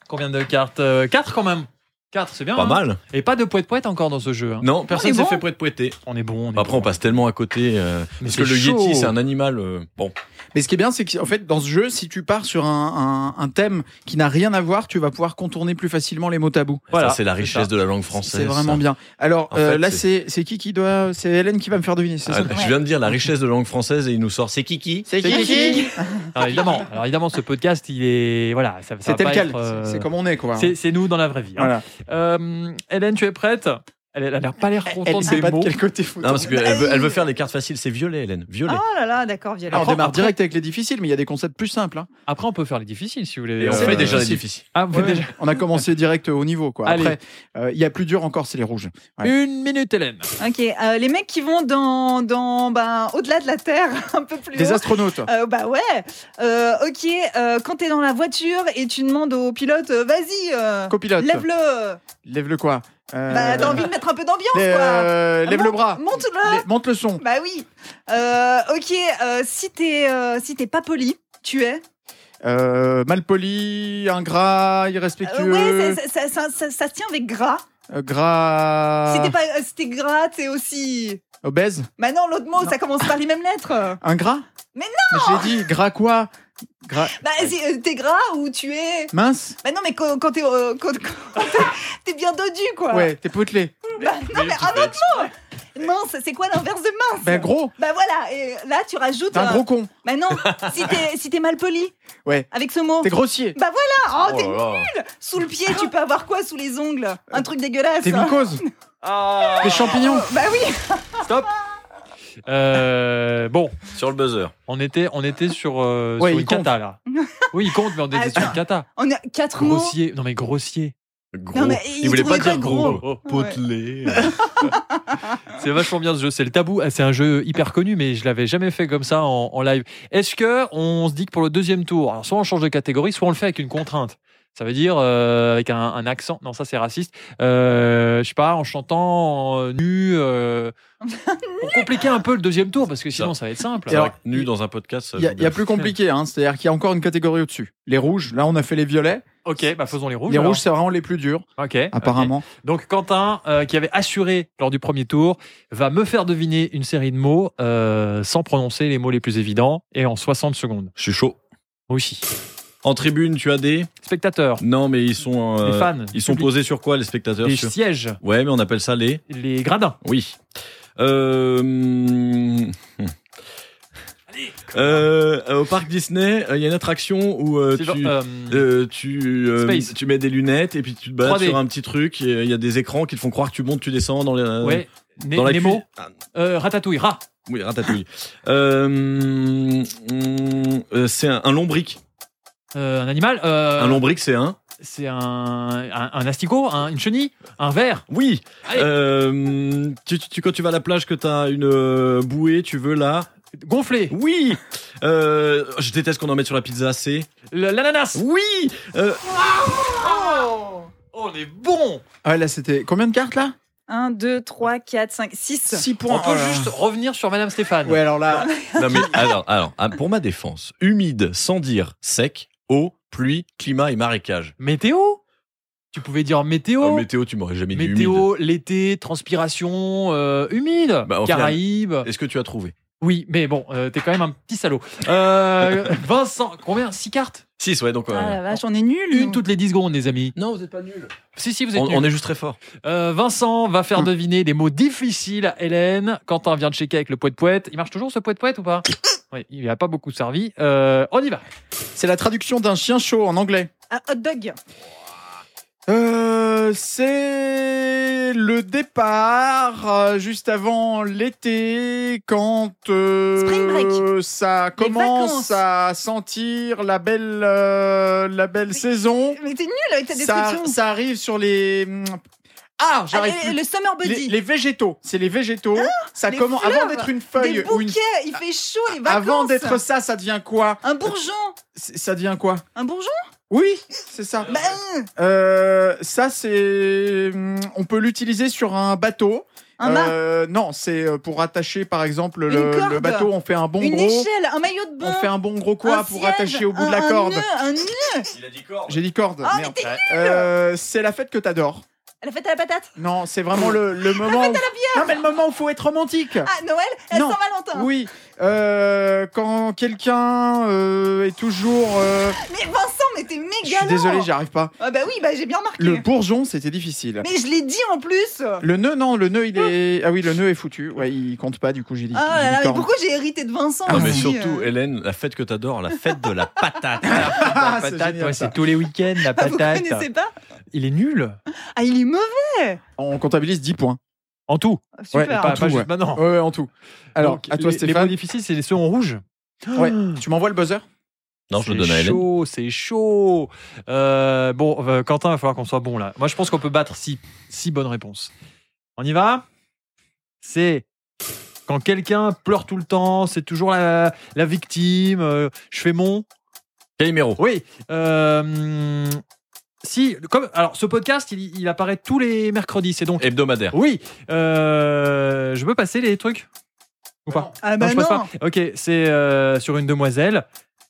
[SPEAKER 4] Combien de cartes 4 quand même. 4, c'est bien.
[SPEAKER 1] Ah.
[SPEAKER 3] Pas
[SPEAKER 4] hein.
[SPEAKER 3] mal.
[SPEAKER 4] Et pas de poète-poète encore dans ce jeu. hein.
[SPEAKER 1] Oh,
[SPEAKER 3] Non, personne
[SPEAKER 2] On est
[SPEAKER 3] s'est
[SPEAKER 2] bon.
[SPEAKER 3] fait poète poéter.
[SPEAKER 4] On est bon. On est
[SPEAKER 3] Bah, Après, on passe tellement à côté. euh,
[SPEAKER 4] Mais
[SPEAKER 3] parce
[SPEAKER 4] c'est
[SPEAKER 3] que le
[SPEAKER 4] chaud.
[SPEAKER 3] yeti, c'est un animal. euh, bon,
[SPEAKER 1] Mais ce qui est bien, c'est qu'en fait, dans ce jeu, si tu pars sur un, un- un thème qui n'a rien à voir, tu vas pouvoir contourner plus facilement les mots tabous.
[SPEAKER 4] Voilà,
[SPEAKER 3] ça, c'est la
[SPEAKER 4] c'est
[SPEAKER 3] richesse
[SPEAKER 4] ça.
[SPEAKER 3] de la langue française.
[SPEAKER 1] C'est vraiment bien. Alors
[SPEAKER 3] En
[SPEAKER 1] euh,
[SPEAKER 3] fait,
[SPEAKER 1] là, c'est c'est qui qui doit. C'est Hélène qui va me faire deviner, c'est
[SPEAKER 3] ça.
[SPEAKER 1] ça
[SPEAKER 3] Ah, tu viens de dire la richesse de la langue française et il nous sort c'est Kiki.
[SPEAKER 1] C'est
[SPEAKER 2] qui qui
[SPEAKER 4] Alors, évidemment, alors évidemment, ce podcast, il est voilà, ça, ça
[SPEAKER 1] C'est
[SPEAKER 4] va
[SPEAKER 1] tel
[SPEAKER 4] pas
[SPEAKER 1] quel.
[SPEAKER 4] être, euh,
[SPEAKER 1] C'est comme on est, quoi.
[SPEAKER 4] c'est- c'est nous dans la vraie vie. hein.
[SPEAKER 1] Voilà.
[SPEAKER 4] Euh, hein. Hélène, tu es prête Elle, elle a l'air pas l'air
[SPEAKER 1] Elle
[SPEAKER 4] contente
[SPEAKER 1] ne sait
[SPEAKER 4] des
[SPEAKER 1] pas
[SPEAKER 4] mots.
[SPEAKER 1] de quel côté faut.
[SPEAKER 3] Non, parce qu'elle veut, elle veut faire les cartes faciles. C'est violet, Hélène. Violet.
[SPEAKER 2] Oh là là, d'accord, Violet.
[SPEAKER 1] Alors, on démarre
[SPEAKER 4] après-
[SPEAKER 1] direct avec les difficiles, mais il y a des concepts plus simples. hein.
[SPEAKER 4] Après, on peut faire les difficiles si vous voulez. Euh,
[SPEAKER 3] Et on
[SPEAKER 1] c'est
[SPEAKER 3] fait déjà les
[SPEAKER 1] difficile.
[SPEAKER 3] difficiles.
[SPEAKER 4] Ah, vous faites déjà.
[SPEAKER 1] On a commencé direct au niveau. Quoi.
[SPEAKER 4] Allez.
[SPEAKER 1] Après, euh, il y a plus dur encore, c'est les rouges. Ouais.
[SPEAKER 4] Une minute, Hélène.
[SPEAKER 2] Ok, euh, les mecs qui vont dans, dans ben, au-delà de la Terre, un peu plus
[SPEAKER 1] Des
[SPEAKER 2] haut.
[SPEAKER 1] astronautes.
[SPEAKER 2] Euh, bah ouais. Euh, ok, euh, quand t'es dans la voiture et tu demandes au pilote, euh, vas-y, euh,
[SPEAKER 1] Copilote.
[SPEAKER 2] lève-le.
[SPEAKER 1] Lève-le quoi Euh,
[SPEAKER 2] Bah t'as envie de mettre un peu d'ambiance,
[SPEAKER 1] les-
[SPEAKER 2] quoi. Ah
[SPEAKER 1] euh, Lève le
[SPEAKER 2] Monte-
[SPEAKER 1] bras.
[SPEAKER 2] Monte-le.
[SPEAKER 1] Les- Monte le son.
[SPEAKER 2] Bah oui. Euh, ok, euh, si t'es euh, si t'es pas poli, tu es.
[SPEAKER 1] Euh, malpoli, ingrat,
[SPEAKER 2] Euh,
[SPEAKER 1] irrespectueux,
[SPEAKER 2] ouais, ça, ça- ça- ça- ça se tient avec gras.
[SPEAKER 1] euh,
[SPEAKER 2] Si
[SPEAKER 1] gras,
[SPEAKER 2] t'es pas, euh, si t'es gras, t'es aussi.
[SPEAKER 1] obèse,
[SPEAKER 2] Maintenant, l'autre mot, ça commence par les mêmes lettres.
[SPEAKER 1] ingrat.
[SPEAKER 2] Mais
[SPEAKER 1] non J'ai dit gras quoi Gras
[SPEAKER 2] Bah, si, euh, t'es gras ou tu es.
[SPEAKER 1] mince.
[SPEAKER 2] Bah non, mais quand, quand t'es euh, quand- quand t'es- t'es bien dodu, quoi.
[SPEAKER 1] Ouais, t'es potelé.
[SPEAKER 2] Bah, non, mais un autre mot. Mince, c'est quoi l'inverse de mince
[SPEAKER 1] Ben gros,
[SPEAKER 2] Bah voilà, et là, tu rajoutes.
[SPEAKER 1] t'es un
[SPEAKER 2] un-
[SPEAKER 1] gros con.
[SPEAKER 2] Bah non, si t'es si t'es mal poli.
[SPEAKER 1] Ouais.
[SPEAKER 2] Avec ce mot.
[SPEAKER 1] T'es grossier.
[SPEAKER 2] Bah voilà, oh,
[SPEAKER 3] Oh
[SPEAKER 2] t'es
[SPEAKER 3] là là.
[SPEAKER 2] Sous le pied, tu peux avoir quoi sous les ongles Un truc dégueulasse.
[SPEAKER 1] Euh,
[SPEAKER 2] hein.
[SPEAKER 1] T'es mycose. Des champignons.
[SPEAKER 2] Bah oui.
[SPEAKER 4] Euh, bon,
[SPEAKER 3] Sur le buzzer.
[SPEAKER 4] on était, on était sur, euh,
[SPEAKER 1] Ouais,
[SPEAKER 4] sur
[SPEAKER 1] il
[SPEAKER 4] une
[SPEAKER 1] compte.
[SPEAKER 4] cata, là. Oui, il compte, mais on était sur une cata.
[SPEAKER 2] On a quatre mots.
[SPEAKER 4] Grossier. Non, mais grossier.
[SPEAKER 3] Gros.
[SPEAKER 2] Non, mais il
[SPEAKER 3] il voulait pas
[SPEAKER 2] trouvait
[SPEAKER 3] dire
[SPEAKER 2] pas
[SPEAKER 3] gros.
[SPEAKER 4] gros.
[SPEAKER 3] Potelé.
[SPEAKER 4] C'est vachement bien ce jeu. C'est le tabou. Ah, C'est un jeu hyper connu, mais je l'avais jamais fait comme ça en, en live. Est-ce que on se dit que pour le deuxième tour, alors soit on change de catégorie, soit on le fait avec une contrainte. Ça veut dire euh, avec un, un accent. Non, ça c'est raciste. Euh, je sais pas, en chantant en nu. euh, pour compliquer un peu le deuxième tour, parce que sinon ça va être simple.
[SPEAKER 1] Et alors,
[SPEAKER 3] nu dans un podcast.
[SPEAKER 1] Il y, a- il y a plus compliqué, hein. c'est-à-dire qu'il y a encore une catégorie au-dessus. Les rouges, là on a fait les violets.
[SPEAKER 4] ok, bah faisons les rouges.
[SPEAKER 1] les
[SPEAKER 4] alors.
[SPEAKER 1] rouges, c'est vraiment les plus durs,
[SPEAKER 4] Ok, ok.
[SPEAKER 1] apparemment.
[SPEAKER 4] Donc Quentin, euh, qui avait assuré lors du premier tour, va me faire deviner une série de mots euh, sans prononcer les mots les plus évidents et en 60 secondes.
[SPEAKER 3] Je suis chaud.
[SPEAKER 4] Oui.
[SPEAKER 3] En tribune, tu as des.
[SPEAKER 4] Spectateurs,
[SPEAKER 3] Non, mais ils sont. euh,
[SPEAKER 4] les fans,
[SPEAKER 3] Ils sont
[SPEAKER 4] le public,
[SPEAKER 3] posés sur quoi, les spectateurs
[SPEAKER 4] les
[SPEAKER 3] Sur-
[SPEAKER 4] sièges,
[SPEAKER 3] Ouais, mais on appelle ça les.
[SPEAKER 4] les gradins.
[SPEAKER 3] Oui. Euh... hum. Euh, euh, au parc Disney, euh, il y a une attraction où euh,
[SPEAKER 4] C'est
[SPEAKER 3] tu,
[SPEAKER 4] genre, euh,
[SPEAKER 3] euh, tu, euh,
[SPEAKER 4] Space.
[SPEAKER 3] tu mets des lunettes et puis tu te balades
[SPEAKER 4] 3D.
[SPEAKER 3] sur un petit truc. et, euh, Il y a des écrans qui te font croire que tu montes, tu descends dans, les,
[SPEAKER 4] ouais, Né-
[SPEAKER 3] dans la
[SPEAKER 4] Nemo,
[SPEAKER 3] cuisine. Ah,
[SPEAKER 4] euh, Ratatouille, rat,
[SPEAKER 3] oui, ratatouille. Euh, hum, hum, euh, c'est un, un lombric.
[SPEAKER 4] euh, un animal, euh,
[SPEAKER 3] Un lombric, c'est un.
[SPEAKER 4] c'est un, un, un asticot, un- une chenille, un verre.
[SPEAKER 3] Oui.
[SPEAKER 4] Allez.
[SPEAKER 3] Euh, tu, tu- tu- quand tu vas à la plage, que t'as une euh, bouée, tu veux là.
[SPEAKER 4] Gonflé,
[SPEAKER 3] Oui. Euh, je déteste qu'on en mette sur la pizza. C'est.
[SPEAKER 4] l- l'ananas.
[SPEAKER 3] Oui. Euh,
[SPEAKER 4] Oh, on est bon
[SPEAKER 1] Ah ouais, là c'était combien de cartes là
[SPEAKER 2] 1, 2, 3, 4, 5, 6.
[SPEAKER 1] 6
[SPEAKER 4] On
[SPEAKER 1] points.
[SPEAKER 4] peut
[SPEAKER 1] Oh là là.
[SPEAKER 4] juste revenir sur Madame Stéphane.
[SPEAKER 1] Ouais, alors là,
[SPEAKER 3] non mais alors, alors, ah, pour ma défense, humide, sans dire, sec, eau, pluie, climat et marécage.
[SPEAKER 4] Météo Tu pouvais dire météo.
[SPEAKER 3] Oh, météo, tu m'aurais jamais dit humide.
[SPEAKER 4] Météo, l'été, transpiration, euh, humide,
[SPEAKER 3] Bah, au final-
[SPEAKER 4] Caraïbes.
[SPEAKER 3] Est-ce que tu as trouvé
[SPEAKER 4] Oui, mais bon, euh, t'es quand même un petit salaud. Euh, Vincent, combien 6 cartes
[SPEAKER 3] 6, ouais, donc. euh,
[SPEAKER 2] Ah la vache, on est nul.
[SPEAKER 4] Une toutes les 10 secondes, les amis.
[SPEAKER 3] Non, vous êtes pas nul.
[SPEAKER 4] Si, si, vous êtes
[SPEAKER 3] On,
[SPEAKER 4] nuls.
[SPEAKER 3] on est juste très fort.
[SPEAKER 4] Euh, Vincent va faire deviner des mots difficiles à Hélène. Quentin vient de checker avec le poète-poète. Il marche toujours ce poète-poète ou pas Oui, il a pas beaucoup servi. Euh, on y va.
[SPEAKER 1] c'est la traduction d'un chien chaud en anglais.
[SPEAKER 2] Un hot dog.
[SPEAKER 1] Euh, c'est le départ euh, juste avant l'été quand euh,
[SPEAKER 2] Spring break.
[SPEAKER 1] ça
[SPEAKER 2] Les
[SPEAKER 1] commence
[SPEAKER 2] vacances.
[SPEAKER 1] à sentir la belle euh, la belle saison.
[SPEAKER 2] Mais t'es nul avec ta
[SPEAKER 1] Ça,
[SPEAKER 2] description.
[SPEAKER 1] ça arrive sur les hum, ah
[SPEAKER 2] Ah,
[SPEAKER 1] j'arrive
[SPEAKER 2] le-
[SPEAKER 1] plus.
[SPEAKER 2] le summer
[SPEAKER 1] Les,
[SPEAKER 2] body.
[SPEAKER 1] les végétaux, c'est les végétaux. ça
[SPEAKER 2] Ah, les
[SPEAKER 1] commence
[SPEAKER 2] fleurs,
[SPEAKER 1] avant d'être une
[SPEAKER 2] Des
[SPEAKER 1] feuille ou
[SPEAKER 2] bouquets,
[SPEAKER 1] une
[SPEAKER 2] il fait chaud, les vacances.
[SPEAKER 1] avant d'être ça, ça devient quoi
[SPEAKER 2] Un bourgeon.
[SPEAKER 1] C'est- Ça devient quoi
[SPEAKER 2] Un bourgeon
[SPEAKER 1] Oui, c'est ça.
[SPEAKER 2] Bah, euh,
[SPEAKER 1] Euh, ça, c'est. hum, On peut l'utiliser sur un bateau.
[SPEAKER 2] un mât.
[SPEAKER 1] Euh, non, c'est euh, pour attacher, par exemple,
[SPEAKER 2] Une
[SPEAKER 1] le,
[SPEAKER 2] corde.
[SPEAKER 1] le bateau. On fait un bon
[SPEAKER 2] Une
[SPEAKER 1] gros.
[SPEAKER 2] échelle, un maillot de
[SPEAKER 1] On
[SPEAKER 2] bain.
[SPEAKER 1] fait un bon gros quoi
[SPEAKER 2] un
[SPEAKER 1] pour
[SPEAKER 2] siège,
[SPEAKER 1] attacher au bout
[SPEAKER 2] un-
[SPEAKER 1] de la corde.
[SPEAKER 2] Un nœud, un nœud.
[SPEAKER 3] Il a dit corps.
[SPEAKER 1] J'ai dit corde.
[SPEAKER 2] Ah, mais
[SPEAKER 1] merde.
[SPEAKER 2] t'es nul
[SPEAKER 1] Euh, c'est la fête que t'adores.
[SPEAKER 2] La fête à la patate.
[SPEAKER 1] Non, c'est vraiment le, le moment. où- Non, mais le moment où faut être romantique.
[SPEAKER 2] Ah, Noël, la
[SPEAKER 1] Non.
[SPEAKER 2] Saint-Valentin.
[SPEAKER 1] Oui, euh, quand quelqu'un euh, est toujours. euh,
[SPEAKER 2] Mais Vincent, mais t'es méga
[SPEAKER 1] Je suis
[SPEAKER 2] lent.
[SPEAKER 1] désolé, j'y arrive pas.
[SPEAKER 2] Ah bah oui, bah j'ai bien remarqué.
[SPEAKER 1] Le bourgeon, c'était difficile.
[SPEAKER 2] Mais je l'ai dit en plus. Ah
[SPEAKER 1] Le nœud, non, le nœud, il est. Ah oui, le nœud est foutu. Ouais, il compte pas, du coup, j'ai dit. j'ai
[SPEAKER 2] Ah là
[SPEAKER 1] dit
[SPEAKER 2] là, mais
[SPEAKER 1] corne.
[SPEAKER 2] pourquoi j'ai hérité de Vincent
[SPEAKER 4] Ah,
[SPEAKER 3] Non, Ah, mais
[SPEAKER 2] aussi,
[SPEAKER 3] surtout,
[SPEAKER 2] euh
[SPEAKER 3] Hélène, la fête que t'adores, la fête de la patate.
[SPEAKER 1] Ah,
[SPEAKER 4] La
[SPEAKER 1] c'est
[SPEAKER 4] patate,
[SPEAKER 1] génial,
[SPEAKER 4] ouais,
[SPEAKER 1] ça.
[SPEAKER 4] c'est tous les week-ends, la
[SPEAKER 2] Ah, vous
[SPEAKER 4] patate.
[SPEAKER 2] connaissez pas
[SPEAKER 4] Il est nul
[SPEAKER 2] Ah, il est mauvais
[SPEAKER 1] On comptabilise 10 points.
[SPEAKER 4] en tout.
[SPEAKER 1] Ouais,
[SPEAKER 2] Super
[SPEAKER 1] Ah,
[SPEAKER 4] pas,
[SPEAKER 1] tout,
[SPEAKER 4] pas juste
[SPEAKER 1] ouais.
[SPEAKER 4] maintenant.
[SPEAKER 1] Ouais, ouais, en tout. Alors,
[SPEAKER 4] Donc,
[SPEAKER 1] à toi,
[SPEAKER 4] les, Les
[SPEAKER 1] Stéphane.
[SPEAKER 4] points difficiles, c'est les ceux en rouge.
[SPEAKER 2] Oh.
[SPEAKER 1] Ouais. Tu m'envoies le buzzer
[SPEAKER 3] Non, je le
[SPEAKER 4] C'est
[SPEAKER 3] donne à Hélène.
[SPEAKER 4] chaud, c'est chaud. Euh, bon, euh, Quentin, il va falloir qu'on soit bon là. Moi, je pense qu'on peut battre six, six bonnes réponses. On y va C'est quand quelqu'un pleure tout le temps, c'est toujours la, la victime, euh, je fais mon.
[SPEAKER 3] Calimero.
[SPEAKER 4] Oui. euh, si, comme, alors, ce podcast, il, il apparaît tous les mercredis, c'est donc.
[SPEAKER 3] Hebdomadaire.
[SPEAKER 4] Oui, euh, je peux passer les trucs Ou pas
[SPEAKER 2] Ah
[SPEAKER 4] non,
[SPEAKER 2] bah
[SPEAKER 4] je
[SPEAKER 2] non,
[SPEAKER 4] pense pas. Ok, c'est euh, sur une demoiselle.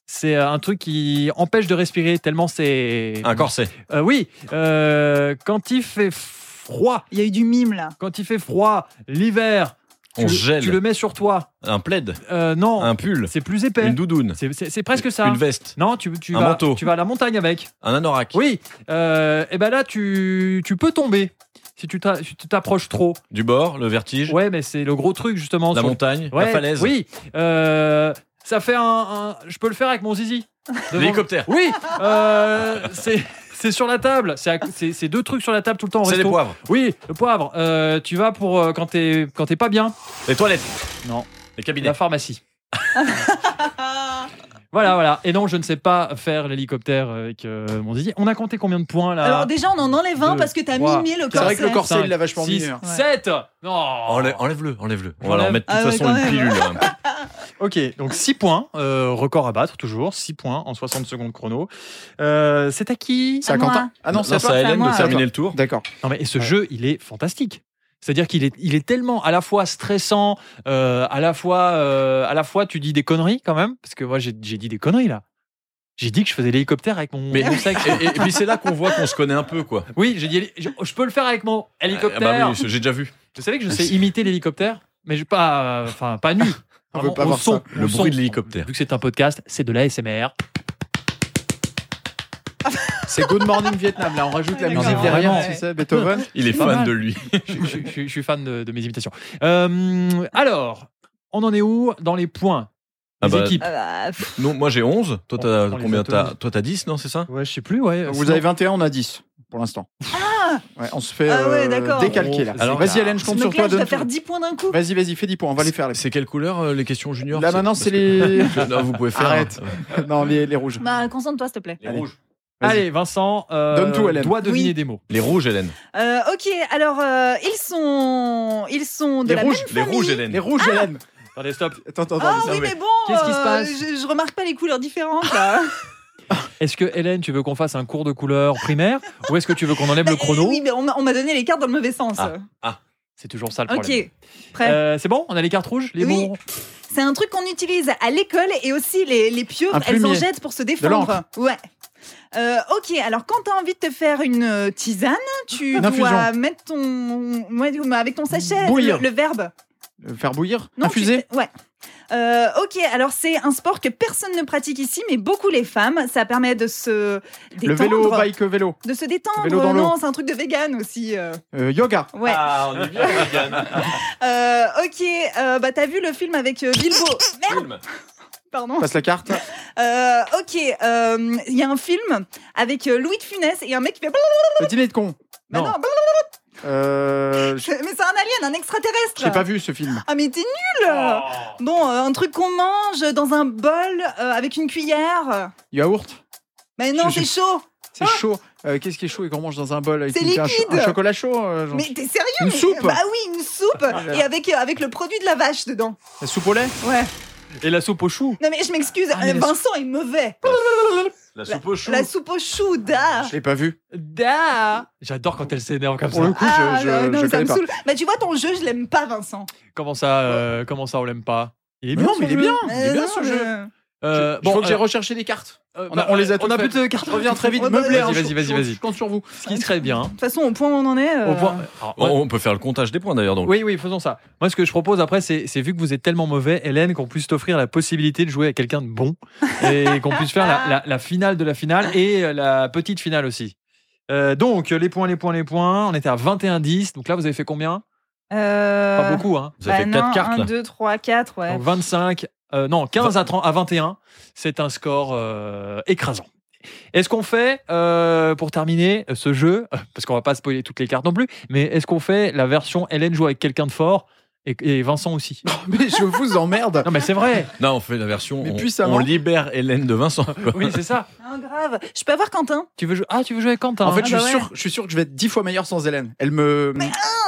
[SPEAKER 4] C'est euh, un truc qui empêche de respirer tellement c'est.
[SPEAKER 3] Un corset.
[SPEAKER 4] Euh, oui, euh, quand il fait froid,
[SPEAKER 2] Il y a eu du mime là.
[SPEAKER 4] quand il fait froid, l'hiver, tu,
[SPEAKER 3] On
[SPEAKER 4] le-
[SPEAKER 3] gèle.
[SPEAKER 4] tu le mets sur toi.
[SPEAKER 3] Un plaid.
[SPEAKER 4] Euh, non,
[SPEAKER 3] Un pull.
[SPEAKER 4] c'est plus épais.
[SPEAKER 3] Une doudoune.
[SPEAKER 4] C'est- C'est c'est presque ça.
[SPEAKER 3] Une veste.
[SPEAKER 4] Non, tu, tu
[SPEAKER 3] Un
[SPEAKER 4] vas,
[SPEAKER 3] manteau.
[SPEAKER 4] tu vas à la montagne avec.
[SPEAKER 3] Un anorak.
[SPEAKER 4] Oui, et ben là, tu, tu peux tomber si tu t'a- si tu t'approches trop.
[SPEAKER 3] Du bord, le vertige.
[SPEAKER 4] Ouais, mais c'est le gros truc justement.
[SPEAKER 3] La
[SPEAKER 4] sur-
[SPEAKER 3] montagne.
[SPEAKER 4] Ouais,
[SPEAKER 3] La falaise.
[SPEAKER 4] Oui, euh, ça fait un, un- Je peux le faire avec mon zizi. Devant-
[SPEAKER 3] L'hélicoptère.
[SPEAKER 4] Oui, euh, c'est. C'est sur la table, c'est à- c'est c'est deux trucs sur la table tout le temps. au
[SPEAKER 3] C'est les
[SPEAKER 4] resto.
[SPEAKER 3] poivres.
[SPEAKER 4] Oui, le poivre. Euh, tu vas pour euh, quand t'es quand t'es pas bien,
[SPEAKER 3] Les toilettes.
[SPEAKER 4] Non.
[SPEAKER 3] Les
[SPEAKER 4] la
[SPEAKER 3] cabinets.
[SPEAKER 4] pharmacie.
[SPEAKER 2] Ah,
[SPEAKER 4] Voilà, voilà. Et non, je ne sais pas faire l'hélicoptère avec euh, mon zizi. On a compté combien de points là
[SPEAKER 2] Alors déjà, on en enlève un
[SPEAKER 4] Ah. Deux,
[SPEAKER 2] parce que t'as
[SPEAKER 4] trois,
[SPEAKER 2] mimé le
[SPEAKER 1] C'est
[SPEAKER 2] corset.
[SPEAKER 1] vrai que le corset,
[SPEAKER 4] Cinq,
[SPEAKER 1] il l'a vachement mis.
[SPEAKER 4] 6,
[SPEAKER 1] hein. Oh,
[SPEAKER 2] Ouais.
[SPEAKER 4] 7 Non
[SPEAKER 3] Enlè- Enlève-le, enlève-le. On va
[SPEAKER 4] Enlève.
[SPEAKER 3] leur mettre de
[SPEAKER 2] Ah
[SPEAKER 3] toute
[SPEAKER 2] ouais,
[SPEAKER 3] façon
[SPEAKER 2] quand
[SPEAKER 3] une
[SPEAKER 2] même.
[SPEAKER 3] pilule. hein.
[SPEAKER 4] Ok, donc 6 points, euh, record à battre toujours, 6 points en 60 secondes chrono. Euh, c'est à qui
[SPEAKER 1] C'est à
[SPEAKER 2] À moi.
[SPEAKER 1] Quentin Ah non, c'est à
[SPEAKER 3] c'est à
[SPEAKER 1] toi.
[SPEAKER 2] à
[SPEAKER 3] Hélène
[SPEAKER 2] moi.
[SPEAKER 3] de terminer le tour.
[SPEAKER 1] D'accord.
[SPEAKER 4] Non mais et ce jeu, il est fantastique. C'est-à-dire qu'il est, il est tellement à la fois stressant, euh, à la fois, euh, à la fois tu dis des conneries quand même, parce que moi j'ai j'ai dit des conneries là. J'ai dit que je faisais l'hélicoptère avec mon,
[SPEAKER 3] Mais-
[SPEAKER 4] mon sexe.
[SPEAKER 3] Et, et- et puis c'est là qu'on voit qu'on se connaît un peu, quoi.
[SPEAKER 4] Oui, j'ai dit héli- je, je peux le faire avec mon
[SPEAKER 3] Ah
[SPEAKER 4] hélicoptère.
[SPEAKER 3] bah oui, j'ai déjà vu.
[SPEAKER 4] Vous savez que je sais imiter l'hélicoptère, mais je pas, euh, enfin pas nu.
[SPEAKER 1] On
[SPEAKER 4] Vraiment,
[SPEAKER 1] veut pas
[SPEAKER 4] au
[SPEAKER 1] voir
[SPEAKER 4] son,
[SPEAKER 1] ça.
[SPEAKER 4] au
[SPEAKER 3] Le
[SPEAKER 4] son.
[SPEAKER 3] bruit de l'hélicoptère.
[SPEAKER 4] Vu que c'est un podcast, c'est de l'ASMR.
[SPEAKER 1] C'est Good Morning Vietnam. Là, on rajoute la
[SPEAKER 2] Ouais,
[SPEAKER 1] musique
[SPEAKER 4] d'accord.
[SPEAKER 1] derrière.
[SPEAKER 4] Vraiment.
[SPEAKER 1] C'est ça, Beethoven.
[SPEAKER 3] Il est
[SPEAKER 4] Pas
[SPEAKER 3] fan
[SPEAKER 4] mal.
[SPEAKER 3] de lui.
[SPEAKER 4] je, je- je- je suis fan de, de mes imitations. Euh, alors, on en est où dans les points
[SPEAKER 3] Ah
[SPEAKER 4] Les
[SPEAKER 3] bah,
[SPEAKER 4] équipes.
[SPEAKER 2] Ah, bah, pff,
[SPEAKER 3] Non, moi j'ai 11. Toi t'as
[SPEAKER 4] On les
[SPEAKER 3] combien
[SPEAKER 4] a tous.
[SPEAKER 3] t'as- Toi t'as 10, non, c'est ça
[SPEAKER 4] Ouais, je sais plus, ouais.
[SPEAKER 1] Vous
[SPEAKER 4] sinon-
[SPEAKER 1] avez 21, on a 10 pour l'instant. Ouais, on se fait
[SPEAKER 2] Ah ouais,
[SPEAKER 1] euh,
[SPEAKER 2] d'accord.
[SPEAKER 1] décalquer là.
[SPEAKER 4] Alors,
[SPEAKER 1] vas-y, Hélène, je
[SPEAKER 2] ce
[SPEAKER 1] compte sur
[SPEAKER 2] mec-là,
[SPEAKER 1] toi.
[SPEAKER 2] je dois
[SPEAKER 1] donne
[SPEAKER 2] faire
[SPEAKER 1] tout.
[SPEAKER 2] 10 points d'un coup.
[SPEAKER 1] Vas-y, vas-y, fais 10 points. On va les faire. les-
[SPEAKER 3] C'est quelle couleur euh, les questions juniors
[SPEAKER 1] Là maintenant,
[SPEAKER 3] parce
[SPEAKER 1] c'est
[SPEAKER 3] que-
[SPEAKER 1] les.
[SPEAKER 3] Non, vous pouvez faire. hein.
[SPEAKER 1] Arrête. Non, les les rouges.
[SPEAKER 2] Bah, concentre-toi, s'il te plaît.
[SPEAKER 3] Les
[SPEAKER 1] Allez.
[SPEAKER 3] rouges.
[SPEAKER 1] Vas-y.
[SPEAKER 4] Allez, Vincent, euh,
[SPEAKER 1] Donne tout, Hélène.
[SPEAKER 4] doit deviner
[SPEAKER 2] Oui.
[SPEAKER 4] des mots.
[SPEAKER 3] Les rouges, Hélène.
[SPEAKER 2] Euh, ok, alors euh, ils sont, ils sont de
[SPEAKER 1] Les
[SPEAKER 2] la
[SPEAKER 1] rouges,
[SPEAKER 2] même
[SPEAKER 3] Les
[SPEAKER 2] famille.
[SPEAKER 3] rouges, Hélène.
[SPEAKER 1] Les rouges, Hélène.
[SPEAKER 4] Attendez, stop.
[SPEAKER 1] Attends, attends,
[SPEAKER 2] Ah
[SPEAKER 1] attends.
[SPEAKER 2] oui,
[SPEAKER 3] mais-
[SPEAKER 2] mais bon,
[SPEAKER 4] Qu'est-ce qui se
[SPEAKER 2] euh,
[SPEAKER 4] passe
[SPEAKER 2] je, je remarque pas les couleurs différentes là.
[SPEAKER 4] Est-ce que Hélène, tu veux qu'on fasse un cours de couleur primaire ou est-ce que tu veux qu'on enlève le chrono
[SPEAKER 2] Bah, eh Oui, mais on m'a on m'a donné les cartes dans le mauvais sens.
[SPEAKER 3] Ah,
[SPEAKER 4] C'est toujours ça le
[SPEAKER 2] ok,
[SPEAKER 4] problème.
[SPEAKER 2] prêt.
[SPEAKER 4] Euh, c'est bon On a les cartes rouges Les
[SPEAKER 2] Oui.
[SPEAKER 4] mots
[SPEAKER 2] C'est un truc qu'on utilise à l'école et aussi les, les pieuvres,
[SPEAKER 1] Un
[SPEAKER 2] elles en
[SPEAKER 1] plumier.
[SPEAKER 2] jettent pour se défendre. Ouais. Euh, ok, alors quand t'as envie de te faire une euh, tisane, tu
[SPEAKER 1] Une
[SPEAKER 2] dois
[SPEAKER 1] infusion.
[SPEAKER 2] mettre ton. ouais, mais avec ton sachet, le,
[SPEAKER 1] Bouillir.
[SPEAKER 2] le verbe.
[SPEAKER 1] Euh, Faire bouillir.
[SPEAKER 2] Non,
[SPEAKER 1] Infuser.
[SPEAKER 2] tu- Ouais. Euh, ok, alors c'est un sport que personne ne pratique ici, mais beaucoup les femmes. Ça permet de se détendre.
[SPEAKER 1] Le vélo, bike vélo.
[SPEAKER 2] De se détendre.
[SPEAKER 1] Vélo dans l'eau.
[SPEAKER 2] non, c'est un truc de vegan aussi. euh.
[SPEAKER 1] Euh, Yoga.
[SPEAKER 2] Ouais.
[SPEAKER 3] Ah, on est bien, Megan.
[SPEAKER 2] Euh, ok, euh, bah t'as vu le film avec euh, Bilbo. Merde,
[SPEAKER 3] Film.
[SPEAKER 2] pardon.
[SPEAKER 1] Passe la carte.
[SPEAKER 2] Euh, ok, euh, il y a un film avec euh, Louis de Funès et un mec qui fait.
[SPEAKER 1] Le dîner de con.
[SPEAKER 2] Bah
[SPEAKER 4] Non.
[SPEAKER 2] non,
[SPEAKER 1] Euh, je-
[SPEAKER 2] mais c'est un alien, un extraterrestre.
[SPEAKER 1] J'ai pas vu ce film.
[SPEAKER 2] Ah mais t'es nul. Bon, euh, un truc qu'on mange dans un bol euh, avec une cuillère.
[SPEAKER 1] Yaourt.
[SPEAKER 2] Mais non,
[SPEAKER 1] Je-
[SPEAKER 2] c'est chaud.
[SPEAKER 1] C'est chaud. Euh, Qu'est-ce qui est chaud et qu'on mange dans un bol avec
[SPEAKER 2] Ah C'est
[SPEAKER 1] une- un,
[SPEAKER 2] liquide.
[SPEAKER 1] un chocolat chaud euh, genre.
[SPEAKER 2] Mais t'es sérieux
[SPEAKER 1] Une
[SPEAKER 2] mais-
[SPEAKER 1] soupe Ah,
[SPEAKER 2] Bah oui, une soupe et avec, euh, avec le produit de la vache dedans.
[SPEAKER 1] La soupe au lait
[SPEAKER 2] Ouais.
[SPEAKER 4] et la soupe au chou.
[SPEAKER 2] Non mais je m'excuse,
[SPEAKER 1] Ah, mais
[SPEAKER 2] euh,
[SPEAKER 1] la
[SPEAKER 2] Vincent est mauvais.
[SPEAKER 3] La soupe au chou.
[SPEAKER 2] La soupe aux choux, da.
[SPEAKER 1] Ah, Je l'ai pas vu.
[SPEAKER 4] Da J'adore quand elle s'énerve comme
[SPEAKER 1] Pour
[SPEAKER 4] ça.
[SPEAKER 1] le coup, je-
[SPEAKER 2] Ah,
[SPEAKER 1] je,
[SPEAKER 2] là,
[SPEAKER 1] je,
[SPEAKER 2] non, ça
[SPEAKER 1] connais
[SPEAKER 2] me
[SPEAKER 1] pas.
[SPEAKER 2] saoule. Bah tu vois ton jeu, je l'aime pas Vincent.
[SPEAKER 4] Comment ça, euh, comment ça on l'aime pas Il est
[SPEAKER 1] Mais
[SPEAKER 4] bien
[SPEAKER 1] non, mais
[SPEAKER 4] son
[SPEAKER 1] il est
[SPEAKER 4] jeu.
[SPEAKER 1] bien. Il
[SPEAKER 2] Euh,
[SPEAKER 1] est bien
[SPEAKER 2] non,
[SPEAKER 1] ce
[SPEAKER 2] mais-
[SPEAKER 1] jeu.
[SPEAKER 4] Euh,
[SPEAKER 1] je crois que j'ai
[SPEAKER 4] euh,
[SPEAKER 1] recherché les cartes.
[SPEAKER 4] euh,
[SPEAKER 1] on a- on les a
[SPEAKER 4] On
[SPEAKER 1] toutes
[SPEAKER 4] a plus
[SPEAKER 1] faites.
[SPEAKER 4] de cartes.
[SPEAKER 1] Reviens très vite.
[SPEAKER 2] Ouais, bah,
[SPEAKER 1] Meublé.
[SPEAKER 4] vas-y,
[SPEAKER 1] hein,
[SPEAKER 4] vas-y,
[SPEAKER 1] je-
[SPEAKER 4] vas-y,
[SPEAKER 1] je-
[SPEAKER 4] vas-y.
[SPEAKER 1] Je compte sur vous.
[SPEAKER 4] Ce qui serait bien.
[SPEAKER 2] De toute façon, au point où on en est. euh,
[SPEAKER 4] Au point- Ah, alors,
[SPEAKER 3] On, on peut faire le comptage des points d'ailleurs. Donc,
[SPEAKER 4] Oui, oui, faisons ça. Moi, ce que je propose après, c'est c'est vu que vous êtes tellement mauvais, Hélène, qu'on puisse t'offrir la possibilité de jouer à quelqu'un de bon et qu'on puisse faire la, la- la finale de la finale et euh, la petite finale aussi. Euh, donc, euh, les points, les points, les points. On était à 21-10. Donc là, vous avez fait combien
[SPEAKER 2] euh,
[SPEAKER 4] Pas beaucoup, hein.
[SPEAKER 3] vous avez fait 4 cartes
[SPEAKER 2] 1,
[SPEAKER 3] là.
[SPEAKER 2] 2, 3, 4, ouais.
[SPEAKER 4] Donc 25, euh, non, 15 à, 30 à 21. C'est un score euh, écrasant. Est-ce qu'on fait, euh, pour terminer euh, ce jeu, parce qu'on va pas spoiler toutes les cartes non plus, mais est-ce qu'on fait la version Hélène joue avec quelqu'un de fort et, et Vincent aussi
[SPEAKER 1] Mais je vous emmerde.
[SPEAKER 4] Non, mais c'est vrai
[SPEAKER 3] Non, on fait la version.
[SPEAKER 1] Mais
[SPEAKER 3] on-
[SPEAKER 1] puissamment.
[SPEAKER 3] on libère Hélène de Vincent. quoi.
[SPEAKER 4] Oui, c'est ça.
[SPEAKER 2] Non, grave. Je peux avoir Quentin
[SPEAKER 4] Tu veux jouer... Ah, tu veux jouer avec Quentin
[SPEAKER 1] En fait, je,
[SPEAKER 2] Ah
[SPEAKER 1] suis
[SPEAKER 2] bah ouais. ah
[SPEAKER 1] sûr, je suis sûr que je vais être dix fois meilleur sans Hélène. Elle me,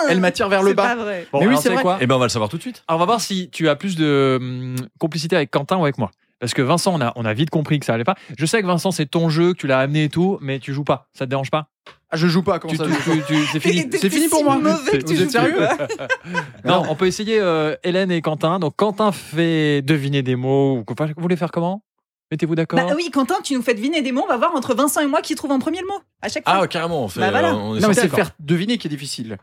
[SPEAKER 1] elle m'attire vers le
[SPEAKER 2] C'est pas
[SPEAKER 1] bas.
[SPEAKER 2] vrai.
[SPEAKER 4] Bon,
[SPEAKER 1] Mais oui,
[SPEAKER 4] alors,
[SPEAKER 1] c'est
[SPEAKER 4] tu sais
[SPEAKER 1] vrai.
[SPEAKER 2] Ah.
[SPEAKER 4] quoi
[SPEAKER 3] Eh ben, on va le savoir tout de suite.
[SPEAKER 4] Alors, on va voir si tu as plus de hum, complicité avec Quentin ou avec moi. Parce que Vincent, on a, on a vite compris que ça allait pas. Je sais que Vincent, c'est ton jeu, que tu l'as amené et tout, mais tu joues pas. Ça te dérange pas
[SPEAKER 1] Ah, je joue pas. Comment
[SPEAKER 4] Tu-
[SPEAKER 1] ça
[SPEAKER 4] tu-
[SPEAKER 1] je joue pas
[SPEAKER 4] tu- tu- C'est fini.
[SPEAKER 2] T'es-
[SPEAKER 1] C'est
[SPEAKER 2] t'es
[SPEAKER 1] fini pour
[SPEAKER 2] si
[SPEAKER 1] moi.
[SPEAKER 2] mauvais que tu
[SPEAKER 1] Vous
[SPEAKER 2] joues
[SPEAKER 1] êtes
[SPEAKER 2] plus.
[SPEAKER 1] sérieux
[SPEAKER 4] Non, on peut essayer euh, Hélène et Quentin. Donc, Quentin fait deviner des mots. ou- Vous voulez faire comment Mettez-vous d'accord.
[SPEAKER 2] Bah oui, Quentin, tu nous fais deviner des mots. On va voir entre Vincent et moi qui trouve en premier le mot. À chaque fois.
[SPEAKER 3] Ah, carrément, on fait.
[SPEAKER 2] Bah voilà.
[SPEAKER 3] on est
[SPEAKER 1] Non, mais c'est
[SPEAKER 3] d'accord.
[SPEAKER 1] faire deviner qui est difficile.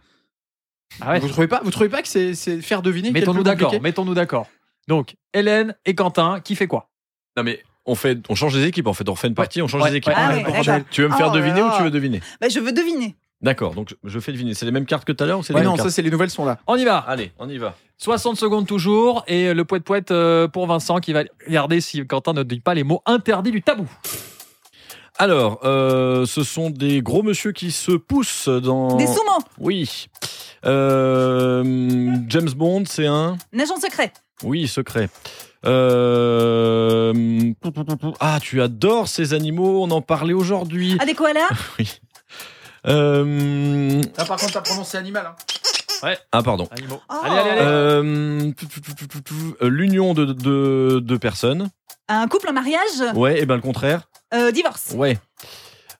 [SPEAKER 4] Ah ouais.
[SPEAKER 1] Vous trouvez pas Vous trouvez pas que c'est c'est faire deviner qui est le
[SPEAKER 4] Mettons-nous
[SPEAKER 1] plus
[SPEAKER 4] d'accord.
[SPEAKER 1] compliqué
[SPEAKER 4] Mettons-nous d'accord. Donc, Hélène et Quentin, qui fait quoi
[SPEAKER 3] Non, mais on, fait, on change des équipes, en fait. On refait une partie, on change
[SPEAKER 4] Ouais.
[SPEAKER 3] des équipes.
[SPEAKER 2] Ah
[SPEAKER 1] Ah,
[SPEAKER 2] ouais,
[SPEAKER 1] bordel.
[SPEAKER 2] d'accord.
[SPEAKER 3] Tu veux me faire
[SPEAKER 2] Oh là
[SPEAKER 3] deviner ou
[SPEAKER 2] là.
[SPEAKER 3] tu veux deviner
[SPEAKER 2] Bah, je veux deviner.
[SPEAKER 3] D'accord, donc je fais deviner. C'est les mêmes cartes que tout à l'heure ou c'est les
[SPEAKER 1] Ouais,
[SPEAKER 3] mêmes
[SPEAKER 1] non, ça
[SPEAKER 3] cartes
[SPEAKER 1] c'est les nouvelles sont là.
[SPEAKER 4] On y va.
[SPEAKER 3] Allez, on y va.
[SPEAKER 4] 60 secondes toujours et le poète poète pour Vincent qui va regarder si Quentin ne dit pas les mots interdits du tabou.
[SPEAKER 3] Alors, euh, ce sont des gros monsieur qui se poussent dans.
[SPEAKER 2] Des sous
[SPEAKER 3] Oui. Euh, James Bond, c'est un.
[SPEAKER 2] un agent secret.
[SPEAKER 3] Oui, secret. Euh, Ah, tu adores ces animaux, on en parlait aujourd'hui.
[SPEAKER 2] Ah, des koalas
[SPEAKER 3] Euh,
[SPEAKER 1] Là, Ah, par contre, t'as prononcé animal. hein.
[SPEAKER 3] Ah, pardon.
[SPEAKER 4] Animaux.
[SPEAKER 2] Oh.
[SPEAKER 4] Allez, allez, allez.
[SPEAKER 3] Euh, tout, tout, tout, tout, tout, tout. Euh, L'union de deux de personnes.
[SPEAKER 2] Un couple en mariage
[SPEAKER 3] Ouais, et ben le contraire.
[SPEAKER 2] Euh, Divorce.
[SPEAKER 3] Ouais.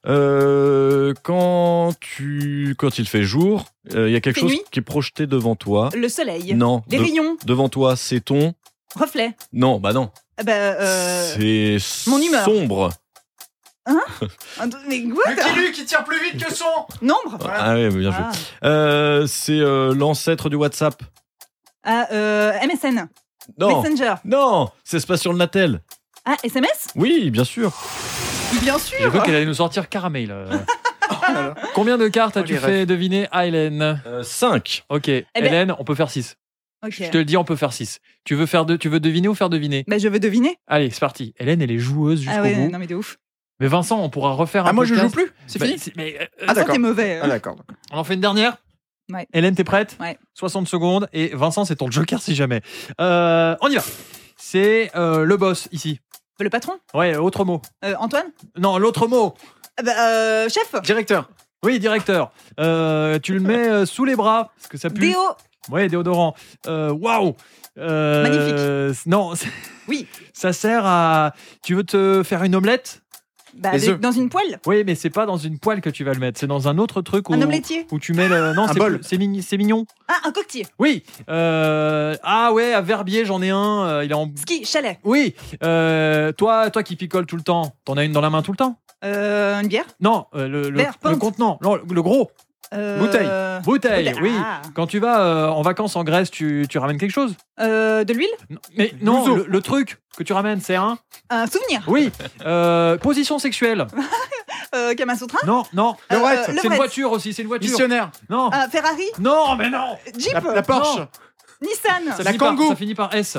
[SPEAKER 3] Euh, quand tu quand il fait jour, euh, il y a quelque
[SPEAKER 2] Fait
[SPEAKER 3] chose
[SPEAKER 2] nuit
[SPEAKER 3] qui est projeté devant toi.
[SPEAKER 2] Le soleil.
[SPEAKER 3] Non.
[SPEAKER 2] Des
[SPEAKER 3] de-
[SPEAKER 2] rayons.
[SPEAKER 3] devant toi, c'est ton.
[SPEAKER 2] Reflet.
[SPEAKER 3] Non, bah non.
[SPEAKER 2] Ah Bah, euh...
[SPEAKER 3] C'est
[SPEAKER 2] mon humeur.
[SPEAKER 3] sombre.
[SPEAKER 2] un- Mais quoi
[SPEAKER 1] Lucky Luke, il tire plus vite que son.
[SPEAKER 2] Nombre
[SPEAKER 1] Voilà.
[SPEAKER 3] Ah ouais, bien joué.
[SPEAKER 2] ah.
[SPEAKER 3] Euh, c'est euh, l'ancêtre du WhatsApp.
[SPEAKER 2] Ah, euh, MSN.
[SPEAKER 3] Non.
[SPEAKER 2] Messenger.
[SPEAKER 3] Non, c'est c'est pas sur le Natel.
[SPEAKER 2] Ah, SMS
[SPEAKER 3] Oui, bien sûr.
[SPEAKER 2] Bien
[SPEAKER 4] J'ai
[SPEAKER 2] sûr
[SPEAKER 4] cru qu'elle allait nous sortir caramel. euh.
[SPEAKER 1] Ah,
[SPEAKER 4] Combien de cartes as-tu
[SPEAKER 1] Oh, les
[SPEAKER 4] fait deviner à Hélène
[SPEAKER 3] Euh, 5.
[SPEAKER 4] Ok,
[SPEAKER 2] ben-
[SPEAKER 4] Hélène, on peut faire 6.
[SPEAKER 2] Ok.
[SPEAKER 4] Je te le dis, on peut faire 6. Tu veux faire deux, tu veux deviner ou faire deviner
[SPEAKER 2] Bah, je veux deviner.
[SPEAKER 4] Allez, c'est parti. Hélène, elle est joueuse jusqu'au
[SPEAKER 2] Ah ouais,
[SPEAKER 4] bout.
[SPEAKER 2] non mais de ouf.
[SPEAKER 4] Mais Vincent, on pourra refaire un
[SPEAKER 1] Ah, moi je joue
[SPEAKER 4] podcast.
[SPEAKER 1] plus. C'est
[SPEAKER 4] Bah,
[SPEAKER 1] fini.
[SPEAKER 4] c'est- mais, euh,
[SPEAKER 1] Ah,
[SPEAKER 2] Vincent,
[SPEAKER 1] d'accord.
[SPEAKER 2] t'es mauvais. hein.
[SPEAKER 1] Ah d'accord. d'accord.
[SPEAKER 4] On en fait une dernière
[SPEAKER 2] Ouais.
[SPEAKER 4] Hélène, t'es prête
[SPEAKER 2] Ouais.
[SPEAKER 4] 60 secondes. Et Vincent, c'est ton joker si jamais. Euh, on y va. C'est euh, le boss ici.
[SPEAKER 2] Le patron
[SPEAKER 4] Ouais, autre mot.
[SPEAKER 2] Euh, Antoine
[SPEAKER 4] Non, l'autre mot.
[SPEAKER 2] Ah bah, euh, Chef
[SPEAKER 1] Directeur.
[SPEAKER 4] Oui, directeur. Euh, tu le mets euh, sous les bras, parce que ça pue.
[SPEAKER 2] Déo
[SPEAKER 4] Ouais, déodorant. Euh, Waouh Euh,
[SPEAKER 2] Magnifique.
[SPEAKER 4] Non, c'est-
[SPEAKER 2] Oui.
[SPEAKER 4] ça sert à. Tu veux te faire une omelette
[SPEAKER 2] Bah,
[SPEAKER 1] Les
[SPEAKER 2] avec-
[SPEAKER 1] œufs.
[SPEAKER 2] dans une poêle
[SPEAKER 4] Oui, mais c'est pas dans une poêle que tu vas le mettre, c'est dans un autre truc où,
[SPEAKER 2] Un Ah. omelettier
[SPEAKER 4] où tu mets le. Non,
[SPEAKER 1] Un
[SPEAKER 4] c'est
[SPEAKER 1] bol.
[SPEAKER 4] plus- c'est mign- c'est mignon.
[SPEAKER 2] Ah, un coquetier
[SPEAKER 4] Oui. euh, Ah ouais, à Verbier, j'en ai un. euh, il est en.
[SPEAKER 2] Ski, chalet
[SPEAKER 4] Oui. euh, toi, toi qui picoles tout le temps, t'en as une dans la main tout le temps
[SPEAKER 2] euh, Une bière
[SPEAKER 4] Non, euh, le, le-
[SPEAKER 2] Verre,
[SPEAKER 4] le
[SPEAKER 2] pinte.
[SPEAKER 4] contenant, non, le le gros.
[SPEAKER 2] euh,
[SPEAKER 1] Bouteille.
[SPEAKER 4] Bouteille, oui.
[SPEAKER 2] Ah.
[SPEAKER 4] Quand tu vas euh, en vacances en Grèce, tu, tu ramènes quelque chose
[SPEAKER 2] Euh, de l'huile
[SPEAKER 4] Non, Mais non,
[SPEAKER 1] Louzo.
[SPEAKER 4] le, le truc que tu ramènes, c'est un.
[SPEAKER 2] Un souvenir
[SPEAKER 4] Oui. Euh, position sexuelle.
[SPEAKER 2] euh, Kamasutra
[SPEAKER 4] Non, non.
[SPEAKER 2] Euh, Levrette.
[SPEAKER 4] C'est une
[SPEAKER 2] Levrette.
[SPEAKER 4] voiture aussi, c'est une voiture.
[SPEAKER 1] Missionnaire.
[SPEAKER 4] Non.
[SPEAKER 2] Ah, Ferrari
[SPEAKER 4] Non, mais non.
[SPEAKER 2] Jeep
[SPEAKER 1] La, la Porsche.
[SPEAKER 4] Non.
[SPEAKER 2] Nissan
[SPEAKER 4] Ça
[SPEAKER 1] La
[SPEAKER 4] finit par-
[SPEAKER 1] Kangoo.
[SPEAKER 4] Ça finit par S.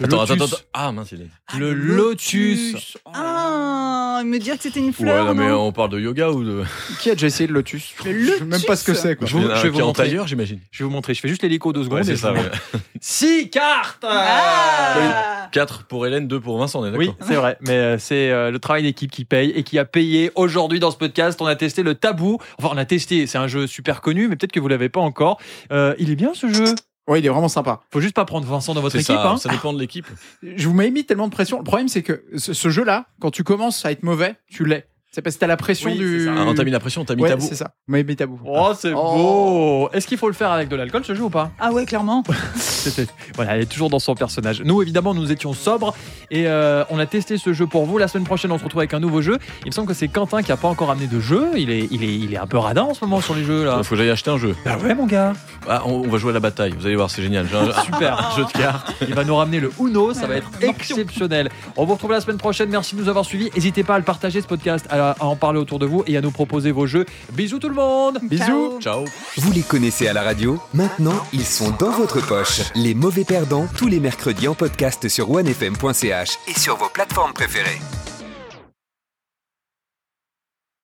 [SPEAKER 4] Le
[SPEAKER 3] Attends, attends,
[SPEAKER 4] lotus.
[SPEAKER 3] attends. Ah mince, il est.
[SPEAKER 4] Le lotus.
[SPEAKER 2] Ah, me dire que c'était une
[SPEAKER 3] Ouais,
[SPEAKER 2] fleur
[SPEAKER 3] non, mais
[SPEAKER 2] non
[SPEAKER 3] on parle de yoga ou de.
[SPEAKER 1] Qui a déjà essayé le lotus
[SPEAKER 2] Le
[SPEAKER 1] Je sais même
[SPEAKER 2] lotus.
[SPEAKER 1] pas ce que c'est. quoi.
[SPEAKER 4] Je vous-
[SPEAKER 3] Il y en a
[SPEAKER 4] je vais
[SPEAKER 3] un
[SPEAKER 4] vous
[SPEAKER 3] qui est en
[SPEAKER 4] montrer.
[SPEAKER 3] tailleur, j'imagine.
[SPEAKER 4] Je vais vous montrer. Je fais juste l'hélico deux secondes.
[SPEAKER 3] Ouais,
[SPEAKER 4] et
[SPEAKER 3] c'est
[SPEAKER 4] je
[SPEAKER 3] ça,
[SPEAKER 4] vous
[SPEAKER 3] ouais.
[SPEAKER 4] montre. Six cartes.
[SPEAKER 2] Ah
[SPEAKER 3] 4 pour Hélène, 2 pour Vincent, on est
[SPEAKER 4] Oui,
[SPEAKER 3] d'accord
[SPEAKER 4] c'est vrai, mais euh, c'est euh, le travail d'équipe qui paye et qui a payé aujourd'hui dans ce podcast. On a testé le tabou. Enfin, on a testé, c'est un jeu super connu, mais peut-être que vous l'avez pas encore. Euh, il est bien ce jeu.
[SPEAKER 1] Ouais, il est vraiment sympa.
[SPEAKER 4] Faut juste pas prendre Vincent dans votre
[SPEAKER 3] C'est
[SPEAKER 4] équipe.
[SPEAKER 3] ça,
[SPEAKER 4] hein.
[SPEAKER 3] ça dépend de l'équipe.
[SPEAKER 1] Je vous m'avais mis tellement de pression. Le problème, c'est que ce, ce jeu-là, quand tu commences à être mauvais, tu l'es. C'est parce que t'as la pression
[SPEAKER 4] Oui,
[SPEAKER 1] du.
[SPEAKER 4] c'est ça.
[SPEAKER 3] Ah, on t'a mis la pression, on t'a mis
[SPEAKER 1] ouais,
[SPEAKER 3] tabou.
[SPEAKER 1] c'est ça. Vous m'avez mis tabou.
[SPEAKER 4] Oh, c'est
[SPEAKER 1] Oh.
[SPEAKER 4] beau. Est-ce qu'il faut le faire avec de l'alcool ce jeu ou pas
[SPEAKER 2] Ah ouais, clairement.
[SPEAKER 4] C'était- Voilà, elle est toujours dans son personnage. Nous, évidemment, nous étions sobres et euh, on a testé ce jeu pour vous. La semaine prochaine, on se retrouve avec un nouveau jeu. Il me semble que c'est Quentin qui a pas encore amené de jeu. Il est, il est, il est un peu radin en ce moment sur les jeux là.
[SPEAKER 3] Il faut que j'aille acheter un jeu.
[SPEAKER 4] Bah ouais, mon gars.
[SPEAKER 3] Ah, on, on va jouer à la bataille, vous allez voir, c'est génial. J'ai un-
[SPEAKER 4] Super.
[SPEAKER 3] un jeu de cartes.
[SPEAKER 4] Il va nous ramener le Uno, ça va
[SPEAKER 2] Ouais,
[SPEAKER 4] être exceptionnel. On vous retrouve la semaine prochaine. Merci de nous avoir suivis. N'hésitez pas à le partager ce podcast, à, à en parler autour de vous et à nous proposer vos jeux. Bisous tout le monde.
[SPEAKER 2] Ciao.
[SPEAKER 3] Ciao.
[SPEAKER 5] Vous les connaissez à la radio Maintenant, ils sont dans votre poche. Les mauvais perdants, tous les mercredis en podcast sur onefm.ch et sur vos plateformes préférées.